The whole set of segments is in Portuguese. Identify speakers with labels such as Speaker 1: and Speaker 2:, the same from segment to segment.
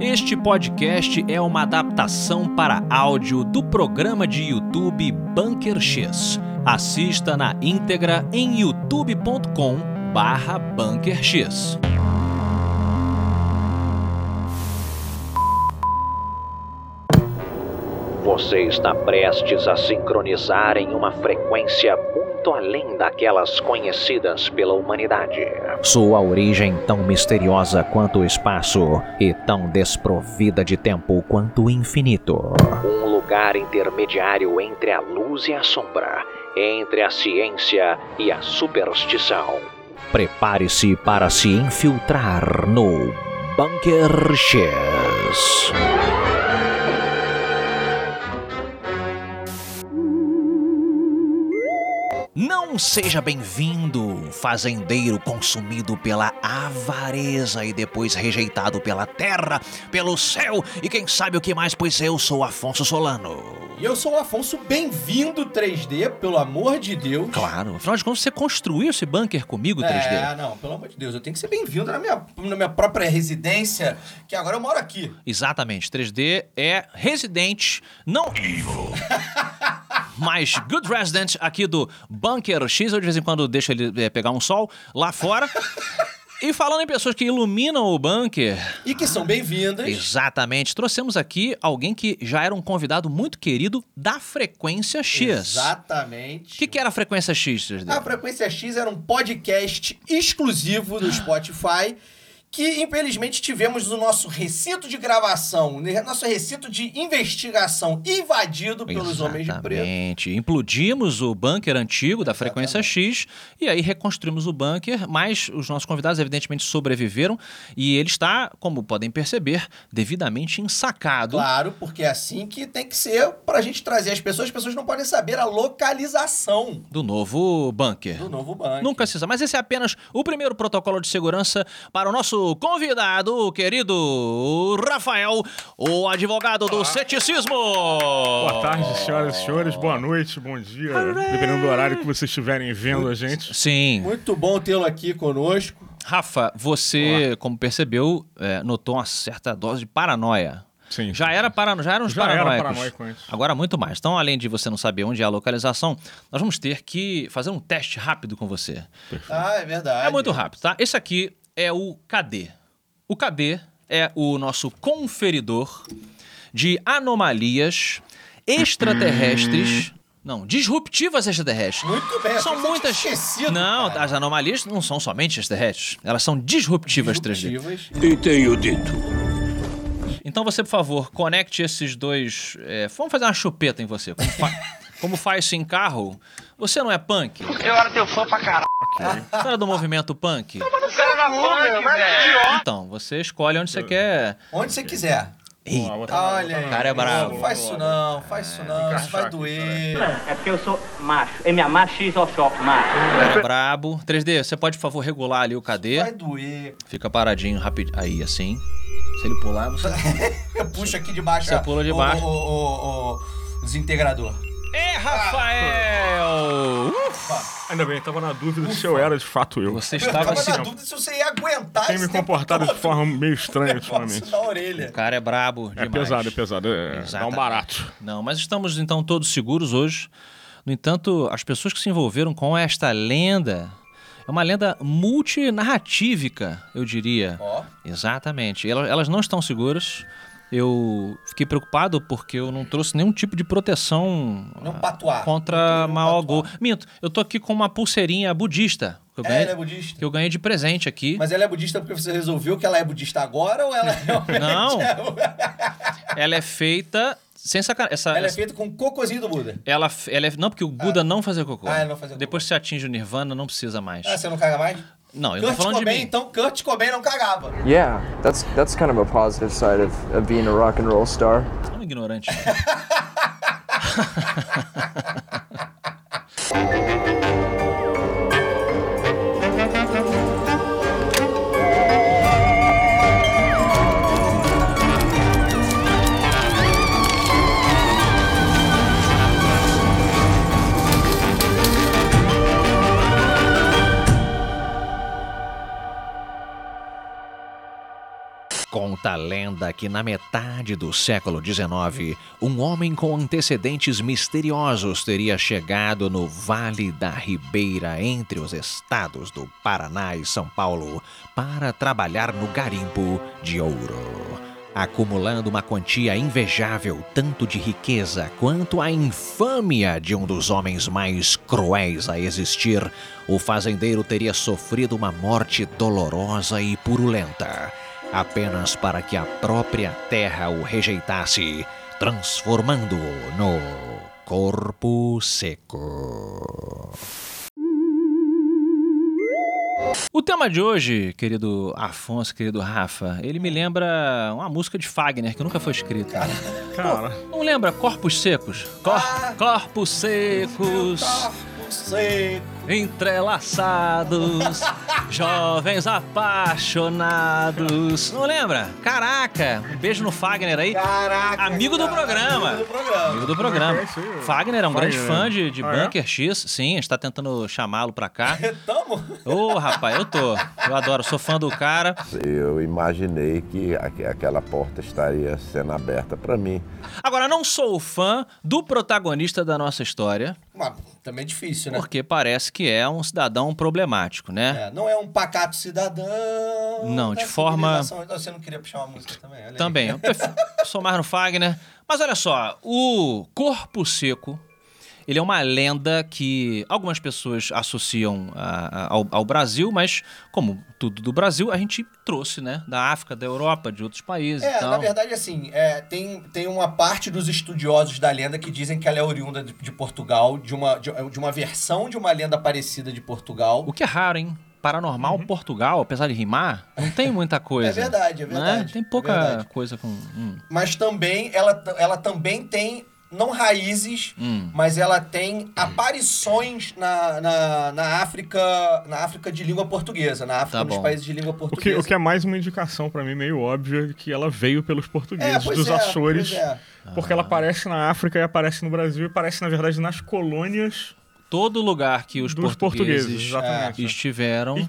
Speaker 1: Este podcast é uma adaptação para áudio do programa de YouTube Bunker X. Assista na íntegra em youtube.com barra Bunker X.
Speaker 2: Você está prestes a sincronizar em uma frequência muito além daquelas conhecidas pela humanidade. Sua origem tão misteriosa quanto o espaço e tão desprovida de tempo quanto o infinito. Um lugar intermediário entre a luz e a sombra, entre a ciência e a superstição. Prepare-se para se infiltrar no Bunker X.
Speaker 1: Não seja bem-vindo, fazendeiro consumido pela avareza e depois rejeitado pela terra, pelo céu e quem sabe o que mais, pois eu sou Afonso Solano.
Speaker 3: E eu sou o Afonso, bem-vindo 3D, pelo amor de Deus.
Speaker 1: Claro, afinal de contas você construiu esse bunker comigo, 3D.
Speaker 3: É, não, pelo amor de Deus, eu tenho que ser bem-vindo na minha, na minha própria residência, que agora eu moro aqui.
Speaker 1: Exatamente, 3D é residente, não evil. Mas Good Resident aqui do Bunker X, eu de vez em quando deixo ele eh, pegar um sol lá fora. E falando em pessoas que iluminam o bunker,
Speaker 3: E que são bem-vindas.
Speaker 1: Exatamente. Trouxemos aqui alguém que já era um convidado muito querido da Frequência X. O
Speaker 3: Exatamente.
Speaker 1: que, que era a Frequência X, 3D?
Speaker 3: A Frequência X era um podcast exclusivo do Spotify que, infelizmente, tivemos no nosso recinto de gravação, né, nosso recinto de investigação invadido pelos homens de preto.
Speaker 1: Exatamente. Implodimos o bunker antigo da Frequência X e aí reconstruímos o bunker, mas os nossos convidados evidentemente sobreviveram e ele está, como podem perceber, devidamente ensacado.
Speaker 3: Claro, porque é assim que tem que ser pra gente trazer as pessoas. As pessoas não podem saber a localização
Speaker 1: Do novo bunker.
Speaker 3: do novo banco.
Speaker 1: Nunca se sabe. Mas esse é apenas o primeiro protocolo de segurança para o nosso convidado, o querido Rafael, o advogado do ceticismo.
Speaker 4: Boa tarde, senhoras e senhores. Boa noite, bom dia. Dependendo do horário que vocês estiverem vendo a gente.
Speaker 1: Sim.
Speaker 3: Muito bom tê-lo aqui conosco.
Speaker 1: Rafa, você, como percebeu, é, notou uma certa dose de paranoia.
Speaker 4: Sim.
Speaker 1: Já era parano, já eram os
Speaker 4: Já era
Speaker 1: paranoicos.
Speaker 4: paranoico antes.
Speaker 1: Agora muito mais. Então, além de você não saber onde é a localização, nós vamos ter que fazer um teste rápido com você.
Speaker 3: Ah, é verdade.
Speaker 1: É muito rápido, tá? Esse aqui é o KD. O KD é o nosso conferidor de anomalias extraterrestres. Não, disruptivas extraterrestres.
Speaker 3: Hum. Muito bem,
Speaker 1: São
Speaker 3: eu tinha
Speaker 1: muitas.
Speaker 3: esquecido,
Speaker 1: não,
Speaker 3: cara.
Speaker 1: as anomalias não são somente extraterrestres. Elas são disruptivas 3D.
Speaker 3: Disruptivas.
Speaker 1: Então você, por favor, conecte esses dois. é, vamos fazer uma chupeta em você. Como, fa- como faz-se em carro, você não é punk?
Speaker 5: Eu era teu fã pra caralho.
Speaker 1: Você era do movimento punk?
Speaker 5: Você era fã, velho.
Speaker 1: Então, você escolhe onde você quer.
Speaker 3: Onde você quiser.
Speaker 4: Boa, boa tarde.
Speaker 3: Olha aí.
Speaker 1: cara é
Speaker 3: Não,
Speaker 1: brabo.
Speaker 3: Faz isso não, faz isso não. Isso vai
Speaker 4: encaixar aqui,
Speaker 3: doer.
Speaker 6: É porque eu sou macho. MA X Offshore, macho.
Speaker 1: Brabo. 3D, você pode, por favor, regular ali o
Speaker 3: Vai
Speaker 1: KD.
Speaker 3: doer.
Speaker 1: Fica paradinho, rápido. Aí, assim. Se ele pular, você.
Speaker 3: Eu puxo aqui de baixo.
Speaker 1: Você
Speaker 3: ó,
Speaker 1: pulou de
Speaker 3: o-
Speaker 1: baixo.
Speaker 3: O, o- o desintegrador.
Speaker 1: É, Rafael! Ufa!
Speaker 4: Ainda bem, eu tava na dúvida se eu era de fato eu.
Speaker 1: Você
Speaker 3: Eu
Speaker 1: estava
Speaker 3: tava
Speaker 1: assim.
Speaker 3: na dúvida se você ia aguentar
Speaker 4: Tenho
Speaker 3: esse
Speaker 4: me
Speaker 3: tempo
Speaker 4: comportado de
Speaker 3: todo.
Speaker 4: forma meio estranha
Speaker 3: Negócio
Speaker 4: ultimamente.
Speaker 3: na
Speaker 1: O
Speaker 3: orelha.
Speaker 1: cara é brabo
Speaker 4: É
Speaker 1: demais.
Speaker 4: pesado, é pesado. É, dá um
Speaker 1: Exatamente.
Speaker 4: barato.
Speaker 1: Não, mas estamos então todos seguros hoje. No entanto, as pessoas que se envolveram com esta lenda. É uma lenda multinarratívica, eu diria.
Speaker 3: Ó.
Speaker 1: Exatamente. Ela- Elas não estão seguras. Eu fiquei preocupado porque eu não trouxe nenhum tipo de proteção ah,
Speaker 3: Não patuar.
Speaker 1: contra
Speaker 3: Não
Speaker 1: Maogo.
Speaker 3: patuar.
Speaker 1: Minto, eu tô aqui com uma pulseirinha budista que eu
Speaker 3: É,
Speaker 1: ganhei,
Speaker 3: ela é budista.
Speaker 1: que eu ganhei de presente aqui.
Speaker 3: Mas ela é budista porque você resolveu que ela é budista agora ou ela realmente
Speaker 1: Não.
Speaker 3: é o-
Speaker 1: Ela é feita sem sacanagem. Essa,
Speaker 3: Ela é
Speaker 1: essa-
Speaker 3: feita com cocozinho do Buda.
Speaker 1: ela, f- ela é- não, porque o Buda não fazia cocô.
Speaker 3: Ah, ele não fazia cocô.
Speaker 1: Depois que você atinge o nirvana, não precisa mais.
Speaker 3: Ah, você não caga mais?
Speaker 1: não, eu tô
Speaker 3: Kurt
Speaker 1: falando de
Speaker 3: Cobain,
Speaker 1: mim.
Speaker 3: então Kurt Cobain não cagava.
Speaker 7: Yeah, that's that's kind of a positive side of, of being a rock and roll star.
Speaker 3: então.
Speaker 1: Eu sou um ignorante. Conta a
Speaker 2: lenda que na metade do século XIX, um homem com antecedentes misteriosos teria chegado no Vale da Ribeira, entre os estados do Paraná e São Paulo, para trabalhar no garimpo de ouro acumulando uma quantia invejável tanto de riqueza quanto a infâmia de um dos homens mais cruéis a existir, o fazendeiro teria sofrido uma morte dolorosa e purulenta, apenas para que a própria terra o rejeitasse, transformando-o no corpo seco.
Speaker 1: O tema de hoje, querido Afonso, querido Rafa, ele me lembra uma música de Fagner que nunca foi escrita.
Speaker 4: Cara,
Speaker 1: Não lembra? Corpos secos. Cor-
Speaker 3: Ah.
Speaker 1: Corpos secos,
Speaker 3: Corpo seco.
Speaker 1: entrelaçados, jovens apaixonados. Não lembra? Caraca, um beijo no Fagner aí.
Speaker 3: Caraca.
Speaker 1: Amigo do
Speaker 3: cara,
Speaker 1: programa.
Speaker 3: Amigo do programa.
Speaker 1: Amigo do programa.
Speaker 4: é isso aí, ó.
Speaker 1: Fagner é um grande
Speaker 4: Fagner.
Speaker 1: fã de, de
Speaker 4: Ah, é?
Speaker 1: Bunker X. Sim, a gente tá tentando chamá-lo pra cá.
Speaker 3: Tamo?
Speaker 1: Ô, rapaz, eu tô. Eu adoro, sou fã do cara.
Speaker 8: Eu imaginei que aque- aquela porta estaria sendo aberta para mim.
Speaker 1: Agora, não sou fã do protagonista da nossa história,
Speaker 3: Mas também é difícil, né?
Speaker 1: porque parece que é um cidadão problemático, né?
Speaker 3: É, não é um pacato cidadão.
Speaker 1: Não,
Speaker 3: da
Speaker 1: de forma-
Speaker 3: civilização. Então, Você não queria puxar uma música também? Olha aí.
Speaker 1: Também. Eu prefiro- sou mais no Fagner. Mas olha só, o Corpo Seco. Ele é uma lenda que algumas pessoas associam a- a- ao, ao Brasil, mas como tudo do Brasil, a gente trouxe, né? Da África, da Europa, de outros países
Speaker 3: É,
Speaker 1: e tal.
Speaker 3: na verdade, assim, é, tem, tem uma parte dos estudiosos da lenda que dizem que ela é oriunda de, de Portugal, de uma, de, é, de uma versão de uma lenda parecida de Portugal.
Speaker 1: O que é raro, hein? Paranormal
Speaker 4: Uhum.
Speaker 1: Portugal, apesar de rimar, não tem muita coisa.
Speaker 3: É verdade, é
Speaker 1: né?
Speaker 3: verdade,
Speaker 1: Tem
Speaker 3: é
Speaker 1: pouca
Speaker 3: verdade.
Speaker 1: coisa com. hum.
Speaker 3: Mas também, ela, ela também tem, não raízes,
Speaker 1: Hum.
Speaker 3: mas ela tem aparições na, na, na África na África de língua portuguesa, na África
Speaker 1: Tá
Speaker 3: nos
Speaker 1: bom.
Speaker 3: países de língua
Speaker 4: o que,
Speaker 3: portuguesa.
Speaker 4: o que é mais uma indicação pra mim meio óbvia que ela veio pelos portugueses
Speaker 3: pois
Speaker 4: dos
Speaker 3: é,
Speaker 4: Açores,
Speaker 3: pois é.
Speaker 4: porque ela aparece na África e aparece no Brasil e aparece na verdade nas colônias
Speaker 1: Todo lugar que os
Speaker 4: dos portugueses,
Speaker 1: portugueses,
Speaker 4: exatamente.
Speaker 1: estiveram.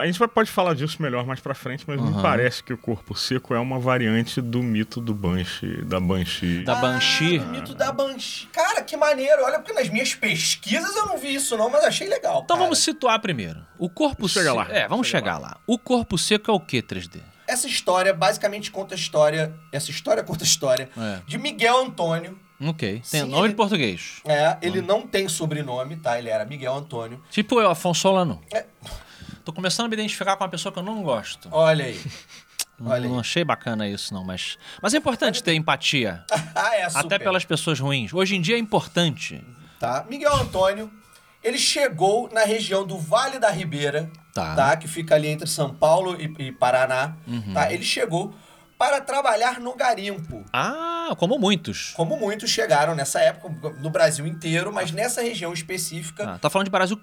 Speaker 4: A gente vai, pode falar disso melhor mais pra frente, mas me parece que o corpo seco é uma variante do mito do Banshee, da Banshee.
Speaker 1: Da Banshee.
Speaker 3: Ah, o mito da Banshee. Cara, que maneiro. Olha, porque nas minhas pesquisas eu não vi isso, não, mas achei legal.
Speaker 1: Então
Speaker 3: cara.
Speaker 1: vamos situar primeiro. O corpo
Speaker 4: Chega
Speaker 1: seco.
Speaker 4: lá.
Speaker 1: É, vamos
Speaker 4: Chega
Speaker 1: chegar lá. O corpo seco é o que, 3D?
Speaker 3: Essa história basicamente conta a história. Essa história conta a história
Speaker 1: É.
Speaker 3: de Miguel Antônio.
Speaker 1: Ok. Tem
Speaker 3: Sim,
Speaker 1: nome
Speaker 3: ele-
Speaker 1: em português.
Speaker 3: É,
Speaker 1: Hum.
Speaker 3: ele não tem sobrenome, tá? Ele era Miguel Antônio.
Speaker 1: Tipo eu, Afonso Solano.
Speaker 3: É.
Speaker 1: Tô começando a me identificar com uma pessoa que eu não gosto.
Speaker 3: Olha aí.
Speaker 1: Não-
Speaker 3: olha aí.
Speaker 1: não achei bacana isso, não, mas. Mas é importante ter empatia.
Speaker 3: ah, é, super.
Speaker 1: Até pelas pessoas ruins. Hoje em dia é importante.
Speaker 3: Tá? Miguel Antônio, ele chegou na região do Vale da Ribeira,
Speaker 1: Tá. Uhum.
Speaker 3: Que fica ali entre São Paulo e, e Paraná, tá? Ele chegou para trabalhar no garimpo.
Speaker 1: Ah, como muitos.
Speaker 3: Como muitos chegaram nessa época, no Brasil inteiro, mas nessa região específica,
Speaker 1: Ah, tá falando de Brasil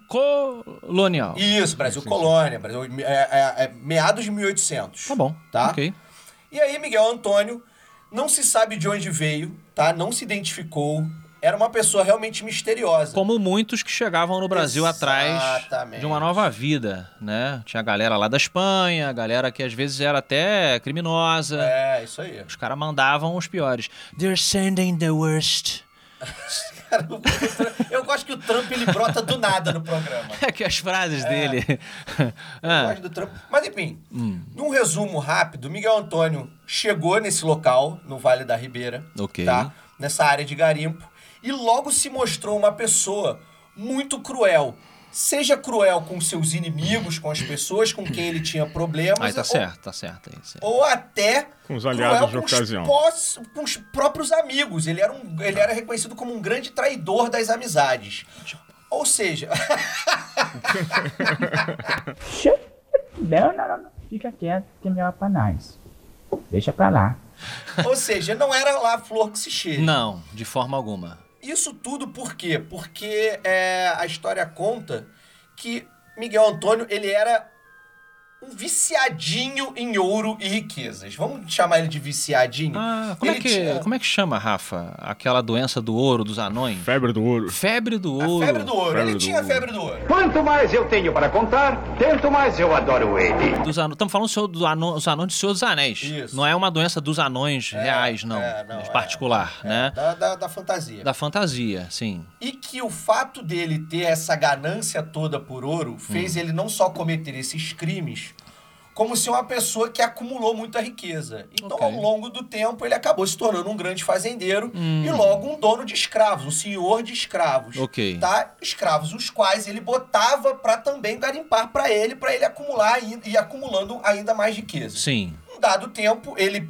Speaker 1: colonial.
Speaker 3: Isso, Brasil Colônia, Brasil, é, é, é, meados de 1800.
Speaker 1: Tá bom.
Speaker 3: Tá?
Speaker 1: Ok.
Speaker 3: E aí, Miguel Antônio, não se sabe de onde veio, tá? Não se identificou. Era uma pessoa realmente misteriosa.
Speaker 1: Como muitos que chegavam no Brasil atrás
Speaker 3: Exatamente.
Speaker 1: de uma nova vida, né? Tinha a galera lá da Espanha, a galera que às vezes era até criminosa.
Speaker 3: É, isso aí.
Speaker 1: Os caras mandavam os piores. They're sending the worst.
Speaker 3: Cara, o- eu gosto que o Trump ele brota do nada no programa.
Speaker 1: É que as frases dele.
Speaker 3: Eu
Speaker 1: ah,
Speaker 3: gosto do Trump. Mas enfim, num resumo rápido, Miguel Antônio chegou nesse local, no Vale da Ribeira,
Speaker 1: Ok.
Speaker 3: tá? Nessa área de garimpo, e logo se mostrou uma pessoa muito cruel. Seja cruel com seus inimigos, com as pessoas com quem ele tinha problemas,
Speaker 1: aí tá
Speaker 3: ou,
Speaker 1: certo, tá certo. Aí, certo.
Speaker 3: ou até
Speaker 4: Com os aliados
Speaker 3: cruel
Speaker 4: de
Speaker 3: com os
Speaker 4: ocasião.
Speaker 3: pós- com os próprios amigos. Ele era, um- ele era reconhecido como um grande traidor das amizades.
Speaker 1: Tipo-
Speaker 3: Ou seja,
Speaker 9: Não, não, não, não. Fica quieto, que é melhor pra nós. Deixa pra lá.
Speaker 3: ou seja, não era lá a flor que se cheira.
Speaker 1: Não, de forma alguma.
Speaker 3: Isso tudo por quê? Porque é, a história conta que Miguel Antônio ele era um viciadinho em ouro e riquezas. Vamos chamar ele de viciadinho?
Speaker 1: Ah, como é,
Speaker 3: Ele
Speaker 1: que,
Speaker 3: tinha-
Speaker 1: como é que chama, Rafa? Aquela doença do ouro dos anões?
Speaker 4: Febre do ouro.
Speaker 1: Febre do
Speaker 3: A
Speaker 1: é ouro.
Speaker 3: febre do ouro.
Speaker 4: Febre
Speaker 3: ele
Speaker 4: do
Speaker 3: tinha
Speaker 4: ouro.
Speaker 3: febre do ouro.
Speaker 5: Quanto mais eu tenho para contar, tanto mais eu adoro ele.
Speaker 1: Dos anões. Estamos falando do senhor, do anão, dos anões do Senhor dos Anéis.
Speaker 3: Isso.
Speaker 1: Não é uma doença dos anões reais, não.
Speaker 3: é,
Speaker 1: É,
Speaker 3: não, é,
Speaker 1: particular, né?
Speaker 3: Da, da, da fantasia.
Speaker 1: Da fantasia, sim.
Speaker 3: E que o fato dele ter essa ganância toda por ouro
Speaker 1: Hum.
Speaker 3: fez ele não só cometer esses crimes, como ser uma pessoa que acumulou muita riqueza. Então,
Speaker 1: Ok.
Speaker 3: ao longo do tempo, ele acabou se tornando um grande fazendeiro e
Speaker 1: Hum.
Speaker 3: logo um dono de escravos, um senhor de escravos.
Speaker 1: Ok.
Speaker 3: Tá? Escravos, os quais ele botava pra também garimpar pra ele, pra ele acumular ainda- e acumulando ainda mais riqueza.
Speaker 1: Sim.
Speaker 3: Um dado tempo, ele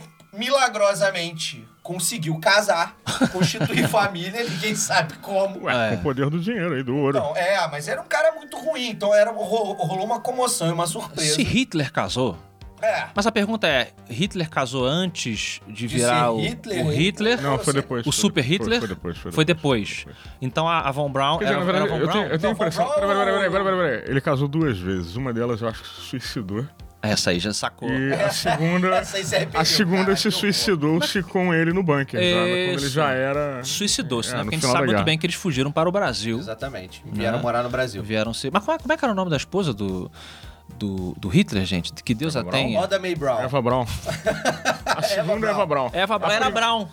Speaker 3: milagrosamente conseguiu casar, constituir família, ninguém sabe como.
Speaker 4: Ué, com o poder do dinheiro aí, do ouro.
Speaker 3: Então, é, mas era um cara muito ruim, então era, ro- rolou uma comoção e uma surpresa.
Speaker 1: Se Hitler casou.
Speaker 3: É.
Speaker 1: Mas a pergunta é: Hitler casou antes de
Speaker 3: De
Speaker 1: virar
Speaker 3: ser
Speaker 1: o
Speaker 3: Hitler?
Speaker 1: o Hitler?
Speaker 4: Não, assim, foi depois.
Speaker 1: O
Speaker 4: foi
Speaker 1: Super
Speaker 4: depois,
Speaker 1: Hitler?
Speaker 4: Foi depois.
Speaker 1: Foi depois. Então a, a Von Braun.
Speaker 4: Quer dizer,
Speaker 1: Era,
Speaker 4: na
Speaker 1: era
Speaker 4: verdade,
Speaker 1: Von
Speaker 4: eu
Speaker 1: Brown?
Speaker 4: tenho, eu tenho a
Speaker 3: Não, Von
Speaker 4: impressão.
Speaker 3: Braun-
Speaker 4: Peraí, peraí, peraí, peraí, peraí, peraí. Ele casou duas vezes. Uma delas eu acho que se suicidou.
Speaker 1: Essa aí já sacou.
Speaker 4: E a segunda.
Speaker 3: Essa aí se é arrependeu,
Speaker 4: a segunda
Speaker 3: cara,
Speaker 4: se
Speaker 3: que horror.
Speaker 4: suicidou-se com ele no bunker. Já, quando ele
Speaker 1: Isso.
Speaker 4: já era.
Speaker 1: Suicidou-se,
Speaker 4: É,
Speaker 1: né?
Speaker 4: no
Speaker 1: Porque a gente
Speaker 4: final
Speaker 1: sabe
Speaker 4: da
Speaker 1: muito
Speaker 4: guerra.
Speaker 1: bem que eles fugiram para o Brasil.
Speaker 3: Exatamente. Vieram
Speaker 1: Né?
Speaker 3: morar no Brasil.
Speaker 1: Vieram ser. Mas como é, como é que era o nome da esposa do, do, do Hitler, gente? Que Deus a tenha.
Speaker 3: Moda May Brown.
Speaker 4: Eva Brown. A segunda é Eva Brown.
Speaker 1: Eva Braun É. era Brown.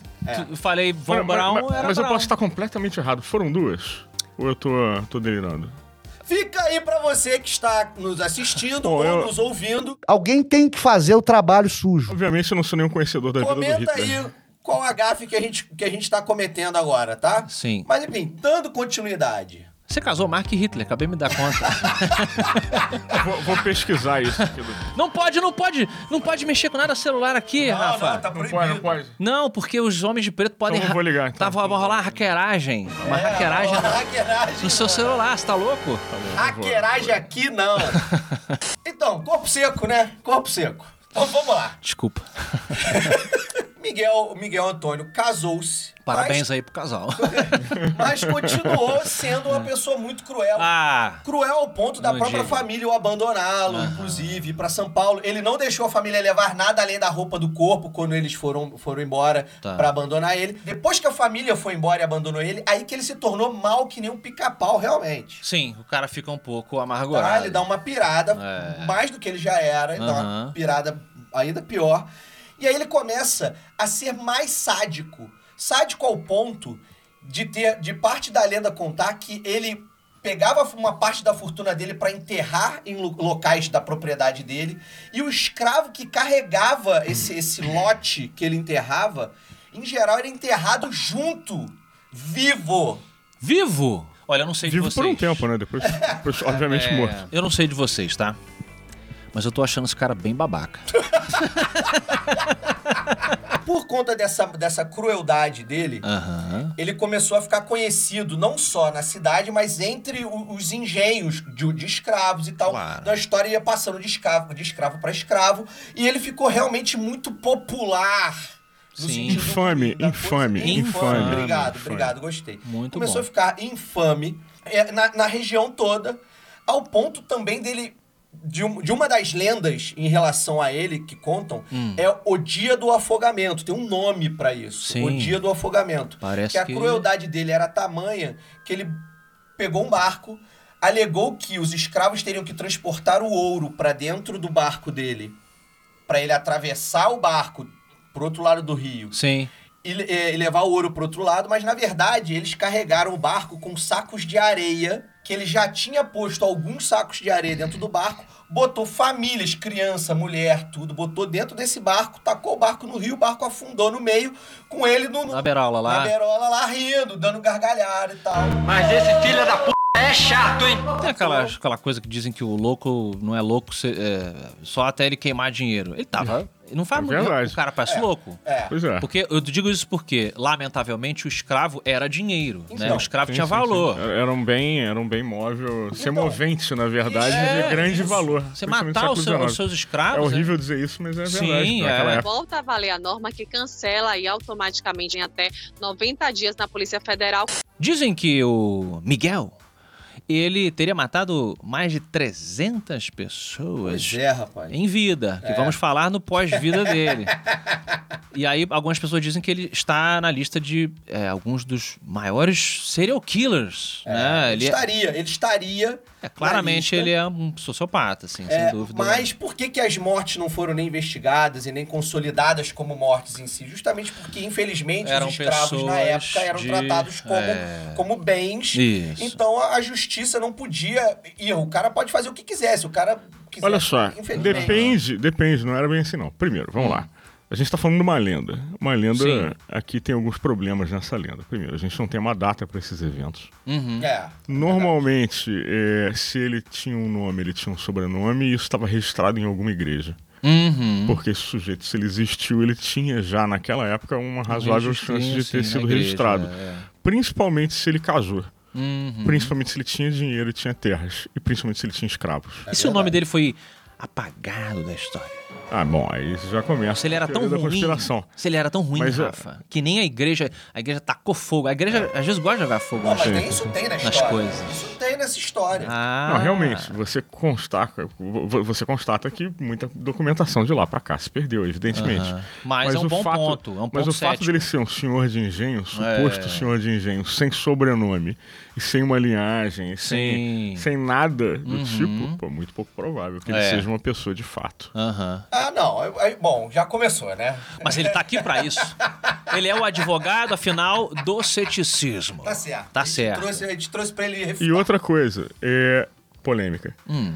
Speaker 1: Tu- Falei Von
Speaker 4: Mas-
Speaker 1: Braun
Speaker 4: mas,
Speaker 1: era
Speaker 4: mas eu
Speaker 1: Brown.
Speaker 4: posso estar completamente errado. Foram duas? Ou eu tô, tô delirando?
Speaker 3: Fica aí pra você que está nos assistindo ou
Speaker 4: eu-
Speaker 3: nos ouvindo.
Speaker 10: Alguém tem que fazer o trabalho sujo.
Speaker 4: Obviamente eu não sou nenhum conhecedor da vida do
Speaker 3: Comenta aí
Speaker 4: Hitler.
Speaker 3: qual a gafe que a gente que a gente tá cometendo agora, tá?
Speaker 1: Sim.
Speaker 3: Mas enfim, dando continuidade.
Speaker 1: Você casou Mark Hitler, acabei de me dar conta.
Speaker 4: Vou, vou pesquisar isso. aqui do-
Speaker 1: não pode, não pode, não pode mexer com nada celular aqui, Rafa. Ah, Não, tá.
Speaker 3: tá
Speaker 4: Não pode, não pode.
Speaker 1: porque os homens de preto podem.
Speaker 4: Então eu vou
Speaker 1: ha-
Speaker 4: ligar, então.
Speaker 1: Tava vai rolar uma hackeragem. Uma hackeragem
Speaker 3: Uma
Speaker 1: no-
Speaker 3: hackeragem.
Speaker 1: no seu celular, você tá louco?
Speaker 3: Hackeragem aqui não. então, corpo seco, né? Corpo seco. Então vamos lá.
Speaker 1: Desculpa.
Speaker 3: Miguel, Miguel Antônio casou-se.
Speaker 1: Parabéns aí pro casal.
Speaker 3: Mas, mas continuou sendo uma pessoa muito cruel.
Speaker 1: ah,
Speaker 3: Cruel ao ponto da
Speaker 1: Não
Speaker 3: própria
Speaker 1: diga.
Speaker 3: família o abandoná-lo, inclusive, ir pra São Paulo. Ele não deixou a família levar nada além da roupa do corpo quando eles foram, foram embora
Speaker 1: Tá.
Speaker 3: pra abandonar ele. Depois que a família foi embora e abandonou ele, aí que ele se tornou mal que nem um pica-pau, realmente.
Speaker 1: sim, o cara fica um pouco
Speaker 3: Tá?
Speaker 1: amargurado.
Speaker 3: Ele dá uma pirada, mais do que ele já era, ele dá uma
Speaker 1: Aham.
Speaker 3: pirada ainda pior. E aí ele começa a ser mais sádico. Sádico ao ponto de ter, de parte da lenda contar que ele pegava uma parte da fortuna dele para enterrar em lo- locais da propriedade dele, e o escravo que carregava esse, esse lote que ele enterrava, em geral era enterrado junto, vivo.
Speaker 1: um- Vivo! Olha, eu não sei
Speaker 4: Vivo
Speaker 1: de vocês. É.
Speaker 4: por um tempo, né? Depois, depois obviamente, morto.
Speaker 1: Eu não sei de vocês, tá? Mas eu tô achando esse cara bem babaca.
Speaker 3: Por conta dessa, dessa crueldade dele,
Speaker 1: Aham.
Speaker 3: ele começou a ficar conhecido não só na cidade, mas entre o- os engenhos de, de escravos e tal.
Speaker 1: Claro.
Speaker 3: Então a história ia passando de escravo de escravo para escravo e ele ficou realmente muito popular. no
Speaker 1: Sim.
Speaker 3: sentido
Speaker 4: Infame,
Speaker 3: da coisa-
Speaker 4: infame, infame.
Speaker 3: Obrigado,
Speaker 4: Infame.
Speaker 3: obrigado, gostei.
Speaker 1: Muito bom.
Speaker 3: começou a ficar infame é, na, na região toda, ao ponto também dele de, um- de uma das lendas em relação a ele que contam
Speaker 1: Hum.
Speaker 3: é o dia do afogamento. Tem um nome pra isso. O
Speaker 1: Sim.
Speaker 3: dia do afogamento.
Speaker 1: Parece
Speaker 3: que a
Speaker 1: que-
Speaker 3: crueldade dele era tamanha que ele pegou um barco, alegou que os escravos teriam que transportar o ouro pra dentro do barco dele, Pra ele atravessar o barco pro outro lado do rio
Speaker 1: Sim.
Speaker 3: e, le- eh, e levar o ouro pro outro lado, mas na verdade eles carregaram o barco com sacos de areia, que ele já tinha posto alguns sacos de areia dentro do barco, botou famílias, criança, mulher, tudo, botou dentro desse barco, tacou o barco no rio, o barco afundou no meio, com ele no,
Speaker 1: Na berola lá.
Speaker 3: na berola lá rindo, dando gargalhada e tal.
Speaker 5: Mas esse filho da p é chato, hein?
Speaker 1: Tem aquela, aquela coisa que dizem que o louco não é louco se- é, só até ele queimar dinheiro. Ele tava. ele Não faz
Speaker 4: É
Speaker 1: muito.
Speaker 4: verdade.
Speaker 1: O cara parece louco.
Speaker 3: É.
Speaker 4: Pois é.
Speaker 1: Porque eu digo isso porque, lamentavelmente, o escravo era dinheiro. né?
Speaker 3: Então,
Speaker 1: O escravo
Speaker 4: Sim,
Speaker 1: tinha
Speaker 4: sim,
Speaker 1: valor.
Speaker 4: sim. Era um bem, era um bem móvel, semovente, na verdade,
Speaker 1: Então, É,
Speaker 4: de grande
Speaker 1: isso.
Speaker 4: valor.
Speaker 1: Você
Speaker 4: principalmente
Speaker 1: matar
Speaker 4: no
Speaker 1: os
Speaker 4: século
Speaker 1: seus- os
Speaker 4: XIX.
Speaker 1: seus
Speaker 4: É
Speaker 1: escravos.
Speaker 4: horrível dizer isso, mas é
Speaker 1: Sim,
Speaker 4: verdade. naquela
Speaker 1: é.
Speaker 4: época.
Speaker 11: Volta a valer a norma que cancela aí automaticamente em até 90 dias na Polícia Federal
Speaker 1: Dizem que o Miguel ele teria matado mais de 300 pessoas.
Speaker 3: Pois é, rapaz.
Speaker 1: Em vida, que
Speaker 3: É.
Speaker 1: vamos falar no pós-vida dele. e aí, algumas pessoas dizem que ele está na lista de é, alguns dos maiores serial killers. né?
Speaker 3: Ele
Speaker 1: é-
Speaker 3: estaria, ele estaria.
Speaker 1: é, claramente,
Speaker 3: na lista.
Speaker 1: ele é um sociopata, assim,
Speaker 3: É,
Speaker 1: sem dúvida.
Speaker 3: mas por que, que as mortes não foram nem investigadas e nem consolidadas como mortes em si? Justamente porque, infelizmente,
Speaker 1: Eram
Speaker 3: os escravos
Speaker 1: pessoas
Speaker 3: na época eram
Speaker 1: de-
Speaker 3: tratados como,
Speaker 1: é.
Speaker 3: como bens.
Speaker 1: Isso.
Speaker 3: Então a a justiça não podia. E o cara pode fazer o que quiser, se o cara quiser.
Speaker 4: Olha só,
Speaker 3: infelizmente.
Speaker 4: depende, depende, não era bem assim não. Primeiro, vamos lá. A gente tá falando de uma lenda. Uma lenda,
Speaker 1: Hum. Sim.
Speaker 4: aqui tem alguns problemas nessa lenda. Primeiro, a gente não tem uma data para esses eventos.
Speaker 1: Uhum.
Speaker 3: É.
Speaker 4: Normalmente, é, se ele tinha um nome, ele tinha um sobrenome e isso estava registrado em alguma igreja.
Speaker 1: Uhum.
Speaker 4: Porque esse sujeito, se ele existiu, ele tinha já naquela época uma
Speaker 1: Um
Speaker 4: razoável
Speaker 1: registrinho,
Speaker 4: chance de
Speaker 1: sim, na
Speaker 4: ter sido
Speaker 1: igreja,
Speaker 4: registrado.
Speaker 1: é.
Speaker 4: Principalmente se ele casou.
Speaker 1: Uhum.
Speaker 4: Principalmente se ele tinha dinheiro e tinha terras. E principalmente se ele tinha escravos.
Speaker 1: E se o nome dele foi apagado da história?
Speaker 4: Ah, bom, aí isso já começa.
Speaker 1: Se ele era
Speaker 4: a
Speaker 1: tão
Speaker 4: teoria da
Speaker 1: ruim.
Speaker 4: conspiração.
Speaker 1: Se ele era tão ruim,
Speaker 4: Mas, é,
Speaker 1: Rafa, que nem a igreja. A igreja tacou fogo. A igreja às vezes gosta de jogar fogo
Speaker 3: Não,
Speaker 1: nas,
Speaker 3: mas nem isso tem na
Speaker 1: nas
Speaker 3: história.
Speaker 1: coisas.
Speaker 3: Isso tem nessa história.
Speaker 1: Ah.
Speaker 4: Não, realmente, você constata, vo- vo- você constata que muita documentação de lá pra cá se perdeu, evidentemente.
Speaker 1: Aham. Mas é um
Speaker 4: o
Speaker 1: bom ponto, é um
Speaker 4: Mas
Speaker 1: ponto
Speaker 4: o fato
Speaker 1: cético.
Speaker 4: dele ser um senhor de engenho, suposto
Speaker 1: É.
Speaker 4: senhor de engenho, sem sobrenome, e sem uma linhagem, e
Speaker 1: Sim.
Speaker 4: sem, sem nada do
Speaker 1: Uhum.
Speaker 4: tipo, pô, muito pouco provável que ele
Speaker 1: É.
Speaker 4: seja uma pessoa de fato.
Speaker 1: Aham.
Speaker 3: Ah, não. eu- aí- bom, já começou, né?
Speaker 1: Mas ele tá aqui pra isso. Ele é o advogado, afinal, do ceticismo.
Speaker 3: Tá certo.
Speaker 1: Tá
Speaker 3: a gente
Speaker 1: certo.
Speaker 3: Trouxe, a gente trouxe pra ele
Speaker 4: E outra coisa, é polêmica.
Speaker 1: Hum.